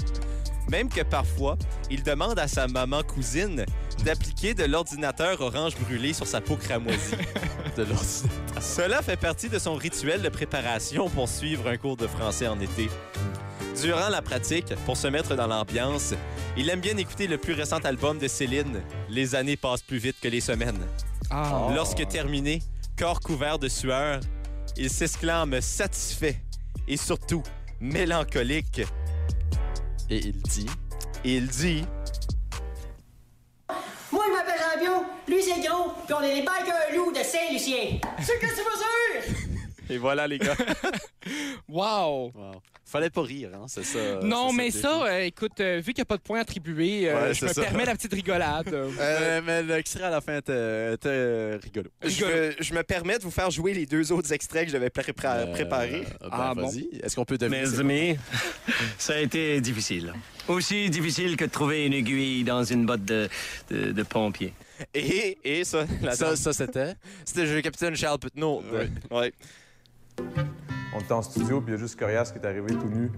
Même que parfois, il demande à sa maman cousine d'appliquer de l'ordinateur orange brûlé sur sa peau cramoisie.
De l'ordinateur.
Cela fait partie de son rituel de préparation pour suivre un cours de français en été. Durant la pratique, pour se mettre dans l'ambiance, il aime bien écouter le plus récent album de Céline, Les années passent plus vite que les semaines.
Ah.
Lorsque terminé, corps couvert de sueur, Il s'exclame satisfait et surtout mélancolique.
Et il dit.
Il dit
Moi, je m'appelle Rambion, lui, c'est Gros, puis on est les bikers loups de Saint-Lucien. C'est que c'est pas sûr?
Et voilà, les gars.
wow!
Fallait pas rire, hein, c'est Euh, ça.
non,
c'est
mais
le
ça, euh, écoute, euh, vu qu'il n'y a pas de points attribués, euh,
Ouais,
je
c'est
me
ça.
permets la petite rigolade. Euh,
Euh, mais l'extrait à la fin était était rigolo.
je, me- je me permets de vous faire jouer les deux autres extraits que j'avais pré- pré- préparés.
Euh, ben,
Ah, bon.
vas-y. Est-ce qu'on peut deviner?
Mes
c'est-
amis, ça a été difficile. Aussi difficile que de trouver une aiguille dans une botte de, de, de pompier.
Et, et ça, la
Ça-
dame-
ça,
c'était?
C'était le capitaine Charles Putnam. Ouais.
On était en studio, puis il y a juste Corias qui est arrivé tout nu.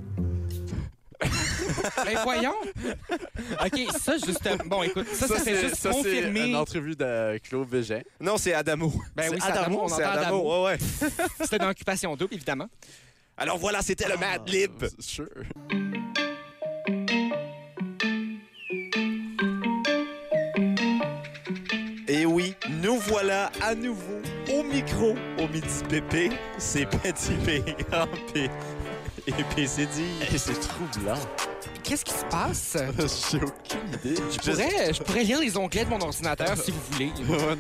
ben voyons! OK, ça, juste... Bon, écoute, ça, ça, fait
c'est-
juste
ça, c'est
confirmer...
une entrevue de Claude Végin.
Non, c'est Adamo.
Ben oui,
C'est
c'est Adamo, on
c'est
entend Adamo.
ouais, ouais.
C'était dans Occupation Double, évidemment.
Alors voilà, c'était le Mad Lib.
Sure.
Et oui, nous voilà à nouveau au micro au midi pépé. C'est petit P, grand P. Et puis c'est dit.
c'est troublant.
Qu'est-ce qui se passe?
J'ai aucune idée.
Je pourrais, je pourrais lire les onglets de mon ordinateur, si vous voulez.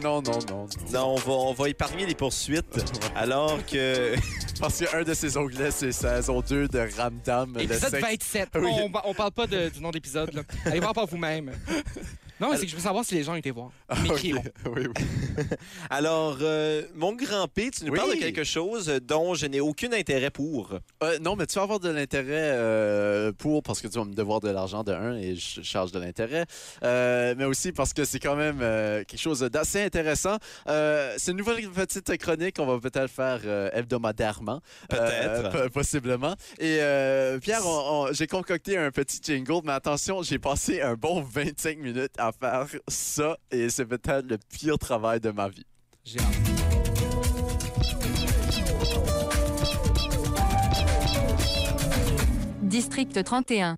non, non, non.
Non, on va, on va épargner les poursuites. Alors que.
Parce qu'un de ses onglets, c'est saison 2 de Ramdam.
Épisode
le sexe.
27.
Oui.
On, on parle pas de- du nom d'épisode. là. Allez voir par vous-même. Non, mais c'est que je veux savoir si les gens étaient voir.
Ah,
M'écriront.
Oui, oui.
Alors, euh, mon grand P, tu nous
Oui.
parles de quelque chose dont je n'ai aucun intérêt pour.
Euh, non, mais tu vas avoir de l'intérêt euh, pour, parce que tu vas me devoir de l'argent de un et je charge de l'intérêt, Euh, mais aussi parce que c'est quand même euh, quelque chose d'assez intéressant. Euh, c'est une nouvelle petite chronique qu'on va peut-être faire euh, hebdomadairement. Euh,
Peut-être.
po- possiblement. Et euh, Pierre, on- on- j'ai concocté un petit jingle, mais attention, j'ai passé un bon 25 minutes à faire ça et c'est peut-être le pire travail de ma vie.
J'ai hâte.
District 31.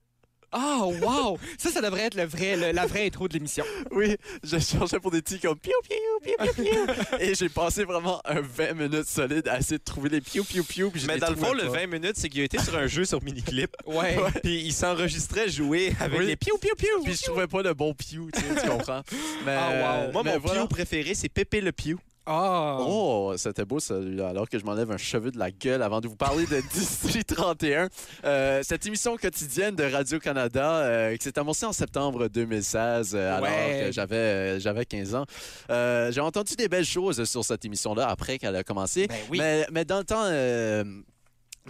Ah, wow! Ça, ça devrait être le vrai, le- la vraie intro de l'émission.
Oui, je cherchais pour des petits comme piou piou piou piou piou. Et j'ai passé vraiment un 20 minutes solide à essayer de trouver les piou piou piou. puis je
Mais
les
dans le fond,
trouvais
le
pas.
20 minutes, c'est qu'il a été sur un jeu sur Miniclip.
Ouais.
Puis il s'enregistrait jouer avec
Oui.
les piou piou piou.
Puis je trouvais pas le bon piou, tu, sais, tu comprends. Mais,
Ah, wow. Moi,
mais
mon
voilà.
piou préféré, c'est Pépé le piou.
Ah!
Oh, c'était beau celui-là, alors que je m'enlève un cheveu de la gueule avant de vous parler de District 31. Euh, cette émission quotidienne de Radio-Canada euh, qui s'est amorcée en septembre 2016, euh,
Ouais.
alors que j'avais euh, j'avais 15 ans. Euh, J'ai entendu des belles choses sur cette émission-là après qu'elle a commencé.
Ben oui.
mais, mais dans le temps... euh,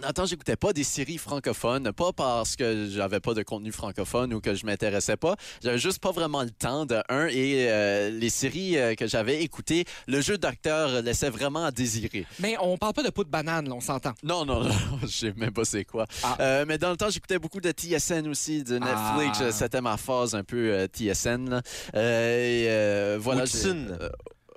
dans le temps, j'écoutais pas des séries francophones, pas parce que j'avais pas de contenu francophone ou que je m'intéressais pas. J'avais juste pas vraiment le temps de un et euh, les séries euh, que j'avais écoutées, le jeu d'acteur laissait vraiment à désirer.
Mais on parle pas de pot de banane, là, on s'entend.
Non, non, non, je sais même pas c'est quoi.
Ah.
Euh, mais dans le temps, j'écoutais beaucoup de TSN aussi, de Netflix. euh,
Ah.
C'était ma phase un peu euh, TSN. là. Euh, et, euh, voilà.
Ou
j'ai-
Tsun.
Euh,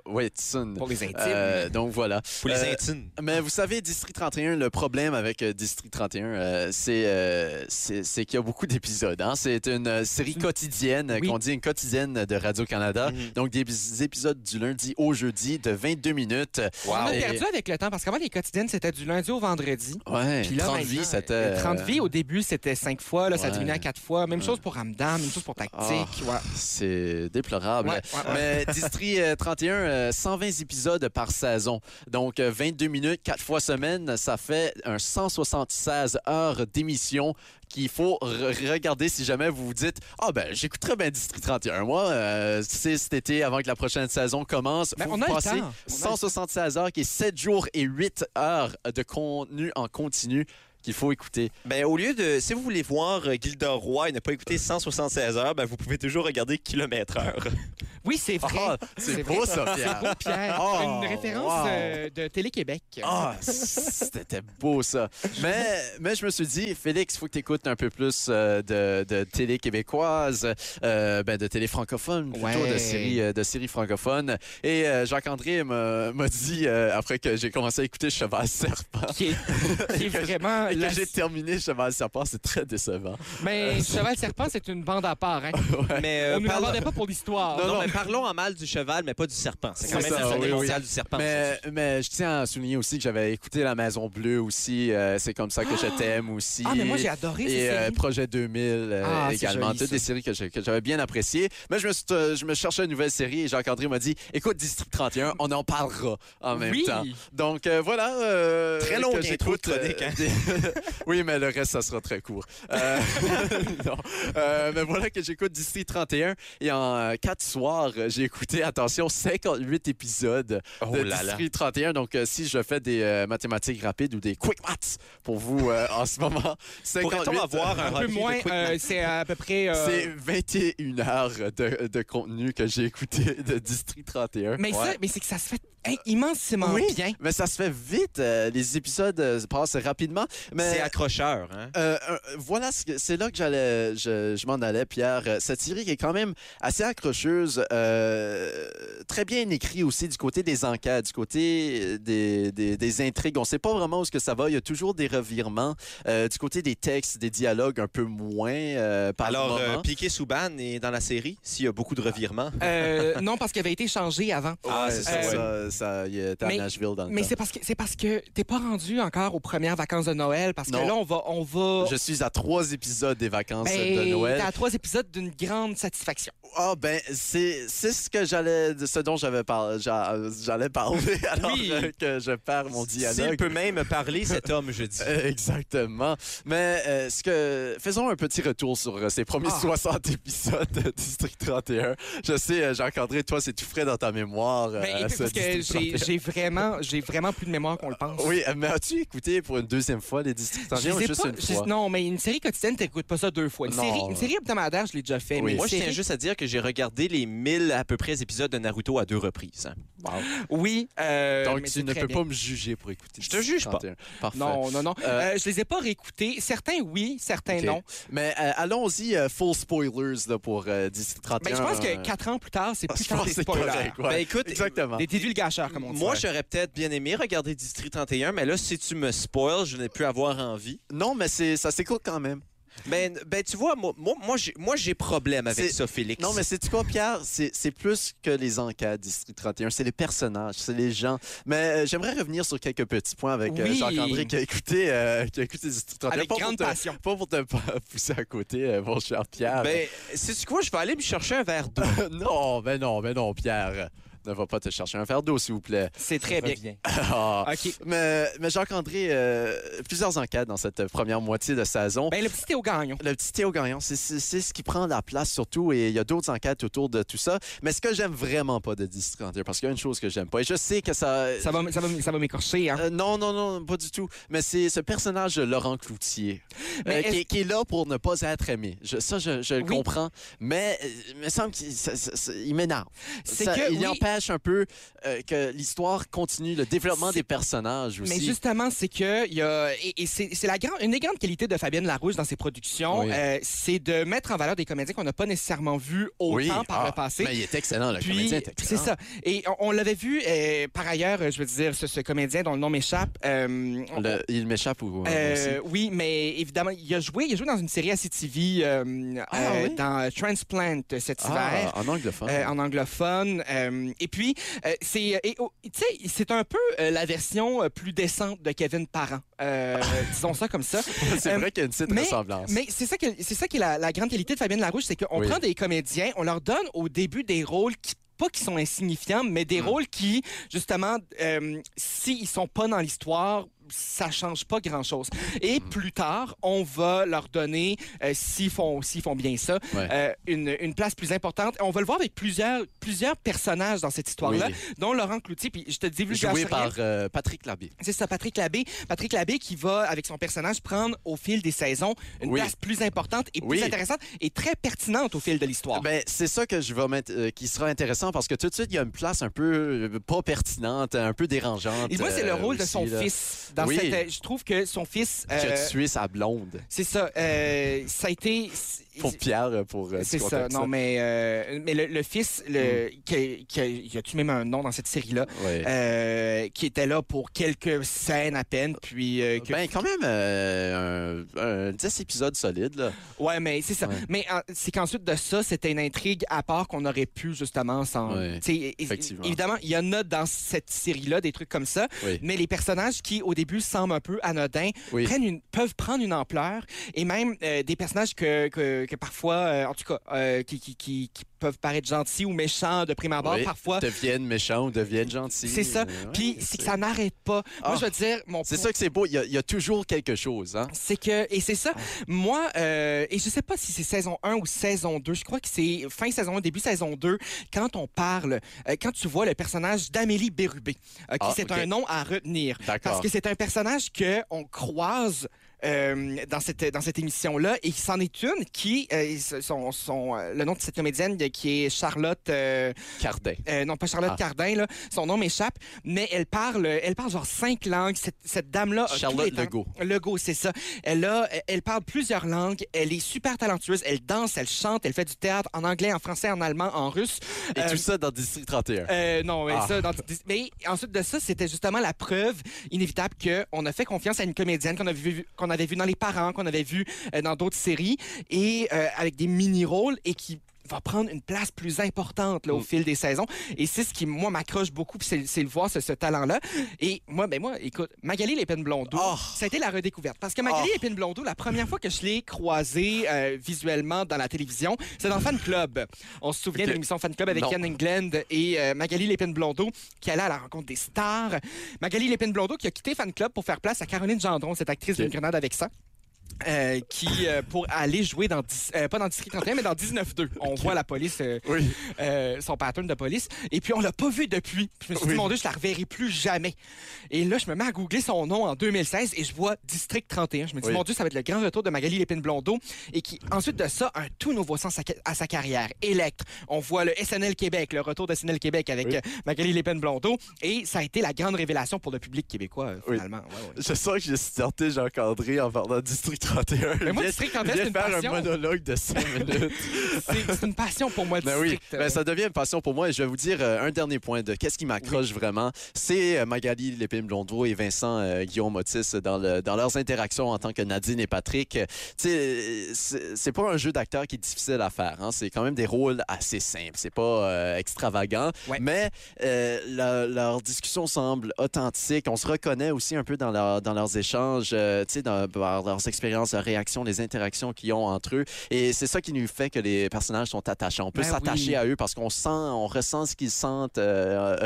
ouais, Tsun.
Pour les intimes.
Euh, donc voilà.
Pour les
Euh,
intimes.
mais vous savez, District 31, le problème avec euh, District 31, euh, c'est euh, c'est c'est qu'il y a beaucoup d'épisodes. hein. C'est une euh, série quotidienne, euh,
Oui. Mm.
qu'on dit une quotidienne de Radio-Canada.
Mhm.
Donc, des épis- épisodes du lundi au jeudi de 22 minutes.
On a
Et-
perdu avec le temps, parce qu'avant, les quotidiennes, c'était du lundi au vendredi.
Ouais,
Puis là,
30
maintenant,
vies, c'était...
euh, 30
euh,
vies, au début, c'était 5 fois, là, ça
Ouais.
diminuait à 4 fois. Même chose pour Ramdam, même chose pour Tactique. ouais.
C'est déplorable.
Ouais, ouais,
Ah, Mais District euh, 31, euh, 120 épisodes par saison. Donc, euh, 22 minutes, 4 fois semaine, ça fait un 176 heures d'émission qu'il faut re- regarder si jamais vous vous dites « Ah ben, j'écouterai bien District 31, moi, euh, c'est cet été avant que la prochaine saison commence.
Ben,
Vous
on a le
passez
temps. On a le
176 heures qui est 7 jours et 8 heures de contenu en continu qu'il faut écouter.
Ben, au lieu de. Si vous voulez voir euh, Gilda Roy et ne pas écouter 176 heures, ben, vous pouvez toujours regarder kilomètre heure.
Oui, c'est vrai.
Ah, c'est
C'est
beau
vrai.
ça, Pierre.
Beau Pierre.
Oh,
Une référence
wow.
euh, de Télé-Québec.
Ah, c'était beau ça. Mais, mais je me suis dit, Félix, faut que tu écoutes un peu plus euh, de, de télé québécoise, euh, ben, de télé francophone, plutôt
Ouais.
de séries euh, de séries francophones. Et euh, Jacques-André m'a m'a dit, euh, après que j'ai commencé à écouter Cheval Serpent,
Qui est, qui est vraiment.
et que
la-
j'ai Euh. terminé Cheval Serpent, c'est très décevant.
Mais Cheval Serpent, c'est une bande à part. Hein?
Mais euh,
On ne
parlant-
l'abordait pas pour l'histoire.
Non, non, mais
parlons en mal du cheval, mais pas du serpent. C'est quand
C'est
même
ça,
la journée
oui, oui.
mondiale du serpent.
Mais, euh, mais je tiens à souligner aussi que j'avais écouté La Maison Bleue aussi. euh, c'est comme ça que je t'aime aussi.
Ah, mais moi, j'ai adoré ces
Et euh,
séries.
Projet 2000 euh,
Ah, c'est
également.
joli,
Toutes
ça.
des séries que, je- que j'avais bien appréciées. Mais je me, suis- euh, je me cherchais une nouvelle série et Jacques-André m'a dit écoute District 31, on en parlera en même
Oui.
temps. Donc euh, voilà. euh,
Très
que
longue intro de
j'écoute, euh,
chronique, hein.
des- oui, mais le reste, ça sera très court. Euh, non. Euh, mais voilà que j'écoute d'ici 31. Et en euh, quatre soirs, euh, j'ai écouté, attention, 58 épisodes
Oh
de
là là.
District 31. Donc, euh, si je fais des euh, mathématiques rapides ou des quick maths pour vous euh, en ce moment, 58...
Pourrait-on avoir un
Un peu moins, euh, c'est à peu près. euh,
C'est 21 heures de, de contenu que j'ai écouté de District 31.
Mais, ça,
Ouais.
mais c'est que ça se fait hein, immensément
Oui,
bien.
mais ça se fait vite. euh, les épisodes euh, passent rapidement. Mais...
C'est accrocheur. Hein?
Euh, euh, voilà, ce que- c'est là que j'allais, je, je m'en allais, Pierre. Euh, Cette série qui est quand même assez accrocheuse, euh, très bien écrite aussi du côté des enquêtes, du côté euh, des, des- des intrigues. On ne sait pas vraiment où ce que ça va. Il y a toujours des revirements Euh, du côté des textes, des dialogues un peu moins euh, par
Alors,
moment. Ah,
euh, Piqué Souban est dans la série, s'il y a beaucoup de revirements.
Euh, non, parce qu'il avait été changé avant.
Ah,
Ouais,
c'est
c'est
ça,
ça,
ouais.
ça, il était à
mais-
Nashville dans le
Mais
temps.
c'est parce que c'est parce que t'es pas rendu encore aux premières vacances de Noël parce que
Non.
là on va on va
Je suis à trois épisodes des vacances
Ben,
de Noël.
t'es à trois épisodes d'une grande satisfaction.
Ah ben c'est c'est ce que j'allais de ce dont j'avais par- j'a- j'allais parler alors
Oui.
euh, que je perds mon
S'il
dialogue.
peut même parler, cet homme, je dis.
Euh, Exactement. Mais euh, ce que faisons un petit retour sur euh, ces premiers
Ah.
60 épisodes de District 31. Je sais euh, Jacques-André toi c'est tout frais dans ta mémoire euh,
Ben, écoute,
ce
parce que
District
j'ai
31.
j'ai vraiment j'ai vraiment plus de mémoire qu'on le pense.
Oui, euh, mais as-tu écouté pour une deuxième fois les District
Je
31 ou
les ai
juste
pas-
une
je les-
fois
non, mais une série quotidienne, t'écoutes pas ça deux fois. Une,
Non.
série, une série hebdomadaire, je l'ai déjà fait. mais
Moi,
une
je tiens
série-
juste à dire que j'ai regardé les 1000 à peu près épisodes de Naruto à deux reprises. hein.
Oui. euh,
Donc
mais
tu
c'est
ne
très
peux
bien.
pas me juger pour écouter.
Je te
District
juge pas.
31. Parfait.
Non, non, non.
Euh,
Euh, je les ai pas réécoutés. Certains oui, certains
Ok.
non.
Mais euh, allons-y, euh, full spoilers là, pour euh, District 31.
Ben, je pense
euh,
que quatre ans plus tard, c'est plus
je pense
tard
que
des
c'est
spoilers.
correct, ouais.
Ben, écoute,
Exactement.
Des divulgateurs, comme on dit.
Moi, j'aurais peut-être bien aimé regarder District 31, mais là, si tu me spoil, je n'ai plus avoir envie.
Non, mais c'est- ça s'écoute quand même.
Ben, ben tu vois, moi, moi, moi, j'ai- moi, j'ai problème avec
C'est-
ça, Félix.
Non, mais c'est quoi, Pierre? C'est c'est plus que les enquêtes District 31. C'est les personnages, c'est les gens. Mais euh, j'aimerais revenir sur quelques petits points avec euh,
Oui.
Jacques-André qui, a écouté, euh, qui a écouté District 31.
Avec
pas
grande
pour te,
passion.
Pas pour te p- pousser à côté, euh, mon cher Pierre.
Ben, sais-tu quoi? Je vais aller me chercher un verre d'eau.
non, ben non, ben non, Pierre. Ne va pas te chercher un verre d'eau, s'il vous plaît.
C'est très bien.
Ah.
OK.
Mais, mais Jacques-André, euh, plusieurs enquêtes dans cette première moitié de saison.
Ben, le petit Théo Gagnon.
Le petit Théo Gagnon, c'est- c'est c'est ce qui prend la place surtout et il y a d'autres enquêtes autour de tout ça. Mais ce que j'aime vraiment pas de District 31, parce qu'il y a une chose que j'aime pas, et je sais que ça...
Ça va, m- ça va, m- ça va m'écorcher, hein.
Euh, non, non, non, pas du tout. Mais c'est ce personnage de Laurent Cloutier
Mais
euh, qui,
est-ce-
qui est là pour ne pas être aimé. Je- ça, je, je le
Oui.
comprends. Mais euh, il me semble qu'il ça- ça- ça- il m'énerve.
C'est
Euh, Ça-
que,
Il
oui.
empêche un peu euh, que l'histoire continue, le développement
C'est-
des personnages aussi.
Mais justement, c'est que il y a et, et c'est c'est la grande une des grandes qualités de Fabienne Larouche dans ses productions,
Oui.
euh, c'est de mettre en valeur des comédiens qu'on n'a pas nécessairement vus autant
oui.
par le
ah,
passé.
Mais il est excellent, le
Puis,
comédien est
c'est
excellent.
ça. Et on, on l'avait vu, euh, par ailleurs, euh, je veux dire, ce, ce comédien dont le nom m'échappe. euh, on-
Le- il m'échappe ou
euh, oui, mais évidemment, il a joué, il a joué dans une série à CTV euh,
Ah,
euh,
oui?
dans euh, Transplant euh, cet hiver.
Ah, en anglophone.
Euh, en anglophone. euh, et puis, euh, c'est, et, oh, tu sais, c'est un peu euh, la version euh, plus décente de Kevin Parent. Euh, disons ça comme ça.
c'est
euh,
vrai qu'il y a une petite
mais-
ressemblance.
Mais c'est ça, que, c'est ça qui est la, la grande qualité de Fabienne Larouche, c'est qu'on
Oui.
prend des comédiens, on leur donne au début des rôles qui pas qui sont insignifiants, mais
Mm.
des rôles qui, justement, euh, s'ils sont pas dans l'histoire, ça change pas grand-chose. Et
Mm.
plus tard, on va leur donner, euh, s'ils font, s'ils font bien ça,
Ouais.
euh, une, une place plus importante. On va le voir avec plusieurs, plusieurs personnages dans cette histoire-là,
Oui.
dont Laurent Cloutier, puis je te dis,
Joué par euh, Patrick Labbé.
c'est ça, Patrick Labbé. Patrick Labbé qui va, avec son personnage, prendre au fil des saisons une
Oui.
place plus importante et plus
Oui.
intéressante et très pertinente au fil de l'histoire.
Ben, c'est ça que je vais mettre, euh, qui sera intéressant parce que tout de suite, il y a une place un peu euh, pas pertinente, un peu dérangeante.
et moi, c'est le
euh,
rôle de
aussi,
son
là.
fils Dans
Oui.
cette, euh, je trouve que son fils.
Qui a
euh,
tué sa blonde.
c'est ça. euh, ça a été.
Pour Pierre, euh, pour. euh,
C'est
du
ça.
contexte.
Non, mais, euh, mais le, le fils, le,
Hmm.
qui, a- qui a- il a-tu même un nom dans cette série-là,
Ouais.
euh, qui était là pour quelques scènes à peine, puis... euh, que-
Ben, quand même, euh, un, un 10 épisodes solides, là.
Ouais, mais c'est ça. Mais en- c'est qu'ensuite de ça, c'était une intrigue à part qu'on aurait pu justement s'en.
Ouais.
Tu sais, é- é-
Effectivement.
Évidemment, il y en a dans cette série-là des trucs comme ça,
Oui.
mais les personnages qui au début semblent un peu anodins
Oui.
prennent une, peuvent prendre une ampleur et même euh, des personnages que, que, que parfois, euh, en tout cas, euh, qui, qui, qui, qui peuvent paraître gentils ou méchants de prime abord,
Oui,
parfois.
Deviennent méchants ou deviennent gentils.
C'est ça.
Euh, ouais.
Puis c'est que ça n'arrête pas. Moi,
Ah.
je veux dire, mon
C'est ça que c'est beau. Il y, a, il y a toujours quelque chose, hein?
c'est que, et c'est ça, moi, euh, et je sais pas si c'est saison 1 ou saison 2, je crois que c'est fin saison 1, début saison 2, quand on parle, euh, quand tu vois le personnage d'Amélie Bérubé, euh, qui
Ah,
c'est
ok.
un nom à retenir.
D'accord.
Parce que c'est un personnage que on croise euh, dans cette, dans cette émission-là, et c'en est une qui, euh, son, son, euh, le nom de cette comédienne euh, qui est Charlotte... euh,
Cardin.
euh, non, pas Charlotte
Ah.
Cardin, là, son nom m'échappe, mais elle parle, elle parle genre cinq langues. Cette, cette dame-là. a tous
Charlotte
les talents.
Legault.
Legault, c'est ça. Elle, a, elle parle plusieurs langues, elle est super talentueuse, elle danse, elle chante, elle fait du théâtre en anglais, en français, en allemand, en russe.
Et
Euh,
tout ça dans District 31.
euh, non, mais
Ah.
ça, dans- mais ensuite de ça, c'était justement la preuve inévitable qu'on a fait confiance à une comédienne qu'on avait vue qu'on avait vu dans Les Parents, qu'on avait vu euh, dans d'autres séries, et euh, avec des mini-rôles, et qui va prendre une place plus importante là, au fil des saisons. Et c'est ce qui, moi, m'accroche beaucoup, puis c'est c'est le voir, ce, ce talent-là. Et moi, ben moi, écoute, Magali Lépine Blondeau, ça a été la redécouverte. Parce que Magali Lépine Blondeau, la première fois que je l'ai croisée euh, visuellement dans la télévision, c'est dans Fan Club. On se souvient de l'émission Fan Club avec
Non.
Ken England et euh, Magali Lépine Blondeau qui allait à la rencontre des stars. Magali Lépine Blondeau qui a quitté Fan Club pour faire place à Caroline Gendron, cette actrice d'une grenade avec ça. euh, qui euh, pour aller jouer dans dix- euh, pas dans District 31 mais dans 19-2. On voit la police euh, euh, son pattern de police et puis on l'a pas vu depuis. Puis je me suis dit mon dieu, je la reverrai plus jamais. Et là je me mets à googler son nom en 2016 et je vois District 31. Je me dis
Oui.
mon dieu, ça va être le grand retour de Magali Lépine Blondeau et qui ensuite de ça a un tout nouveau sens à, à sa carrière. Electre, on voit le SNL Québec, le retour de SNL Québec avec euh, Magali Lépine Blondeau et ça a été la grande révélation pour le public québécois euh,
Oui.
finalement. Ouais, ouais.
Je sens que j'ai sorti Jean-Candré en parlant de District 31.
Mais moi,
Viens-
District 31,
viens
c'est une
faire
passion.
un monologue de 5 minutes.
C'est c'est une passion pour moi,
Ben oui,
District.
ben, ça devient une passion pour moi. Et je vais vous dire euh, un dernier point de qu'est-ce qui m'accroche vraiment. C'est euh, Magali Lépine Blondeau et Vincent euh, Guillaume Otis dans, le- dans leurs interactions en tant que Nadine et Patrick. Euh, Tu sais, euh, c'est c'est pas un jeu d'acteur qui est difficile à faire. hein. C'est quand même des rôles assez simples. C'est pas euh, extravagant,
Ouais.
mais euh, la- leur discussion semble authentique. On se reconnaît aussi un peu dans, leur- dans leurs échanges, euh, tu sais, dans, par leurs expériences, leurs réactions, les interactions qu'ils ont entre eux. Et c'est ça qui nous fait que les personnages sont attachants. On peut
Ben
s'attacher
oui.
à eux parce qu'on sent, on ressent ce qu'ils sentent. euh,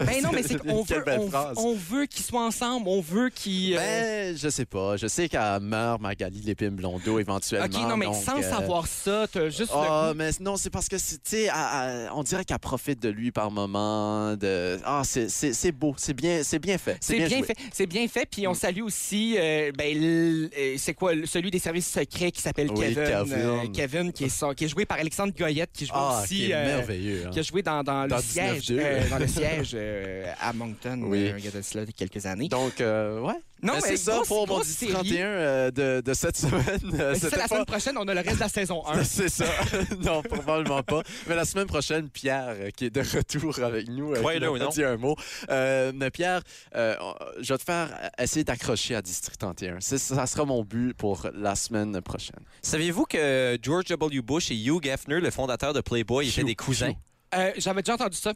Ben non, mais c'est qu'on
Quelle
veut,
belle
on,
phrase.
on veut qu'ils soient ensemble, on veut qu'ils. euh,
Ben, je sais pas. Je sais qu'elle meurt, Magali Lépine Blondeau, éventuellement.
ok, non, mais
donc,
sans
euh,
savoir ça, t'as juste.
Ah,
le goût-
mais non, c'est parce que, c'est- tu sais, elle- elle- on dirait qu'elle profite de lui par moment. De... Ah, c'est- c'est c'est beau, c'est bien, c'est bien fait.
C'est bien,
joué.
fait, c'est bien fait. Puis on salue aussi, euh, ben, l- euh, c'est quoi, le- celui des services secrets qui s'appelle
Oui,
Kevin,
Kevin.
euh, Kevin, qui est, son- qui est joué par Alexandre Goyette, qui joue
Ah,
aussi,
qui est
euh,
merveilleux. hein.
qui a joué dans, dans
Dans
le siège,
19-2.
euh, dans le siège euh, à Moncton,
Oui.
euh, il y a de cela quelques années.
Donc, euh, ouais.
Non,
Ben, c'est ça
grosse-
pour mon
grosse
10
série.
31 euh, de, de cette semaine. Euh,
Mais c'est ça,
c'était
la
pas-
semaine prochaine, on a le reste de la saison 1.
C'est ça. non, probablement pas. Mais la semaine prochaine, Pierre, euh, qui est de retour avec nous, euh, qui
Croyez-le
n'a
ou
pas
non.
dit un mot. Euh, mais Pierre, euh, je vais te faire euh, essayer d'accrocher à District 31. C'est- Ça sera mon but pour la semaine prochaine.
Saviez-vous que George W. Bush et Hugh Hefner, le fondateur de Playboy, étaient
Hugh,
des cousins?
Euh, J'avais déjà entendu ça.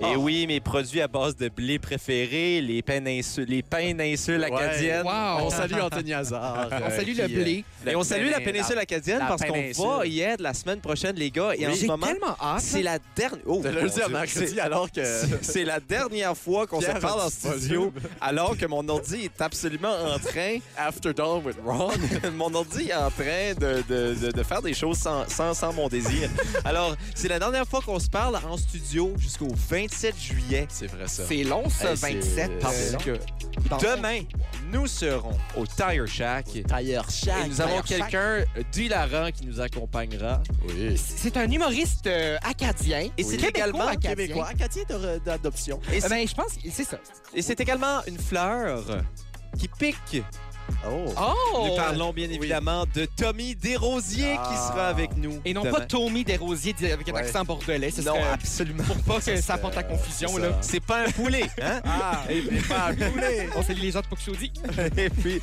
Et Eh oui, mes produits à base de blé préférés, les péninsules, les péninsules
Ouais.
acadiennes. Euh,
Wow.
On salue Anthony euh, Hazard.
On salue le blé.
Et on salue la
pénin-
péninsule acadienne
la
parce
péninsule.
qu'on va y être la semaine prochaine, les gars. Et en
J'ai
ce moment,
tellement
Ah,
hâte.
c'est la dernière. Oh,
De
mon
le dire
Dieu.
mercredi
C'est-
alors que.
c'est- C'est la dernière fois qu'on se
Pierre a
parle en
du volume.
studio, alors que mon ordi est absolument en train
After Dawn with Ron.
mon ordi est en train de, de- de- de faire des choses sans, sans, sans mon désir. Alors, c'est la dernière fois qu'on se parle en studio jusqu'au 20 27 juillet.
C'est vrai ça.
C'est long ça,
Hey, c'est-
euh,
27.
c'est
Parce
long.
que demain, nous serons au Tire Shack.
Tire Shack.
Et
nous avons quelqu'un d'hilarant qui nous accompagnera. Oui.
C'est un humoriste euh, acadien.
Et c'est également
acadien.
québécois. Acadien d'or- d'adoption.
Et
Euh,
c'est-
ben, je pense, c'est ça.
Et c'est également une fleur qui pique.
Oh!
Oh!
Nous parlons bien évidemment de Tommy Desrosiers qui sera avec nous.
Et non
demain.
pas Tommy Desrosiers dit- avec un
Ouais.
accent bordelais. ce
Non,
serait-
absolument.
Pour pas que ça apporte la confusion,
c'est ça.
là.
C'est pas un poulet, hein?
Ah!
Et puis, pas un poulet.
On salue les gens de Pouchodi.
Et puis,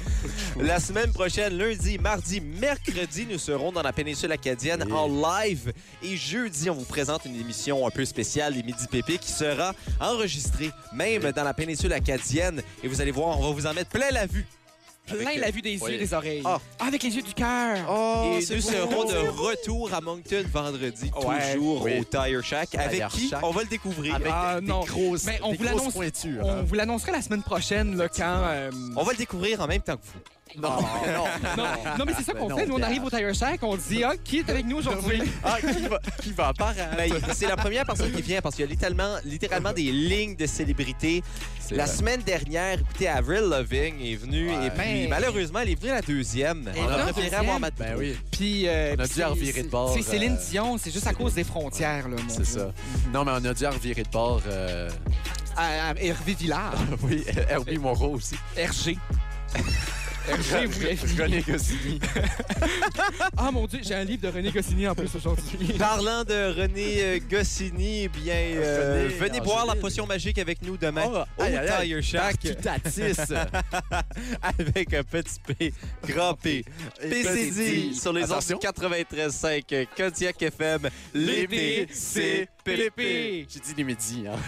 la semaine prochaine, lundi, mardi, mercredi, nous serons dans la péninsule acadienne en live. Et jeudi, on vous présente une émission un peu spéciale, les Midi Pépé, qui sera enregistrée même dans la péninsule acadienne. Et vous allez voir, on va vous en mettre plein la vue.
euh,
Plein la vue des yeux,
Oui.
des oreilles.
Ah.
Avec les yeux du cœur.
Oh, Ah,
Et
c'est
nous
beau.
serons de retour à Moncton vendredi,
Ouais.
toujours
Oui.
au Tire Shack. Avec
Tire
qui?
Shack.
On va le découvrir.
Avec
Ah,
des
non.
grosses,
Mais on
des
vous
grosses
l'annonce-
pointures.
On
hein. Oh.
vous l'annoncera la semaine prochaine, là, quand. euh,
On va le découvrir en même temps que vous.
Non, non,
Oh, Non, non, mais c'est ça
Ben
qu'on
non,
fait. Nous, on
Pierre.
arrive au Tire Shack, on dit Ah, qui est avec nous aujourd'hui
Ah, qui va, qui va apparaître?
Ben, il- c'est la première personne qui vient parce qu'il y a littéralement, littéralement des lignes de célébrités.
C'est
La
vrai.
semaine dernière, écoutez, Avril Loving est venue
Ouais.
et puis
Ben-
malheureusement, elle est venue la deuxième.
Et
On
la
aurait préféré avoir
deuxième?
Matt
Ben
Boudreau.
oui,
Puis. euh,
On a
puis
dû la revirer de bord,
C'est c'est Céline
euh,
Dion, c'est juste à cause des frontières, là, mon
c'est ça. Non, mais on a dû en revirer de bord. euh,
À- à Hervé Villard,
oui, Herbie Moreau aussi.
RG. RG, vous
René Goscinny.
Ah mon dieu, j'ai un livre de René Goscinny en plus aujourd'hui.
Parlant de René euh, Goscinny, eh bien, euh,
Venez
venez
en
boire la
Julie.
potion magique avec nous demain
Oh,
au
aïe, aïe, aïe.
Tire Shack
Cutatis.
avec un petit P, grand P, PCD sur les ondes
Attention.
93.5 Kodiak FM. L'été, c'est
L'été,
pépé.
J'ai dit les midis, hein.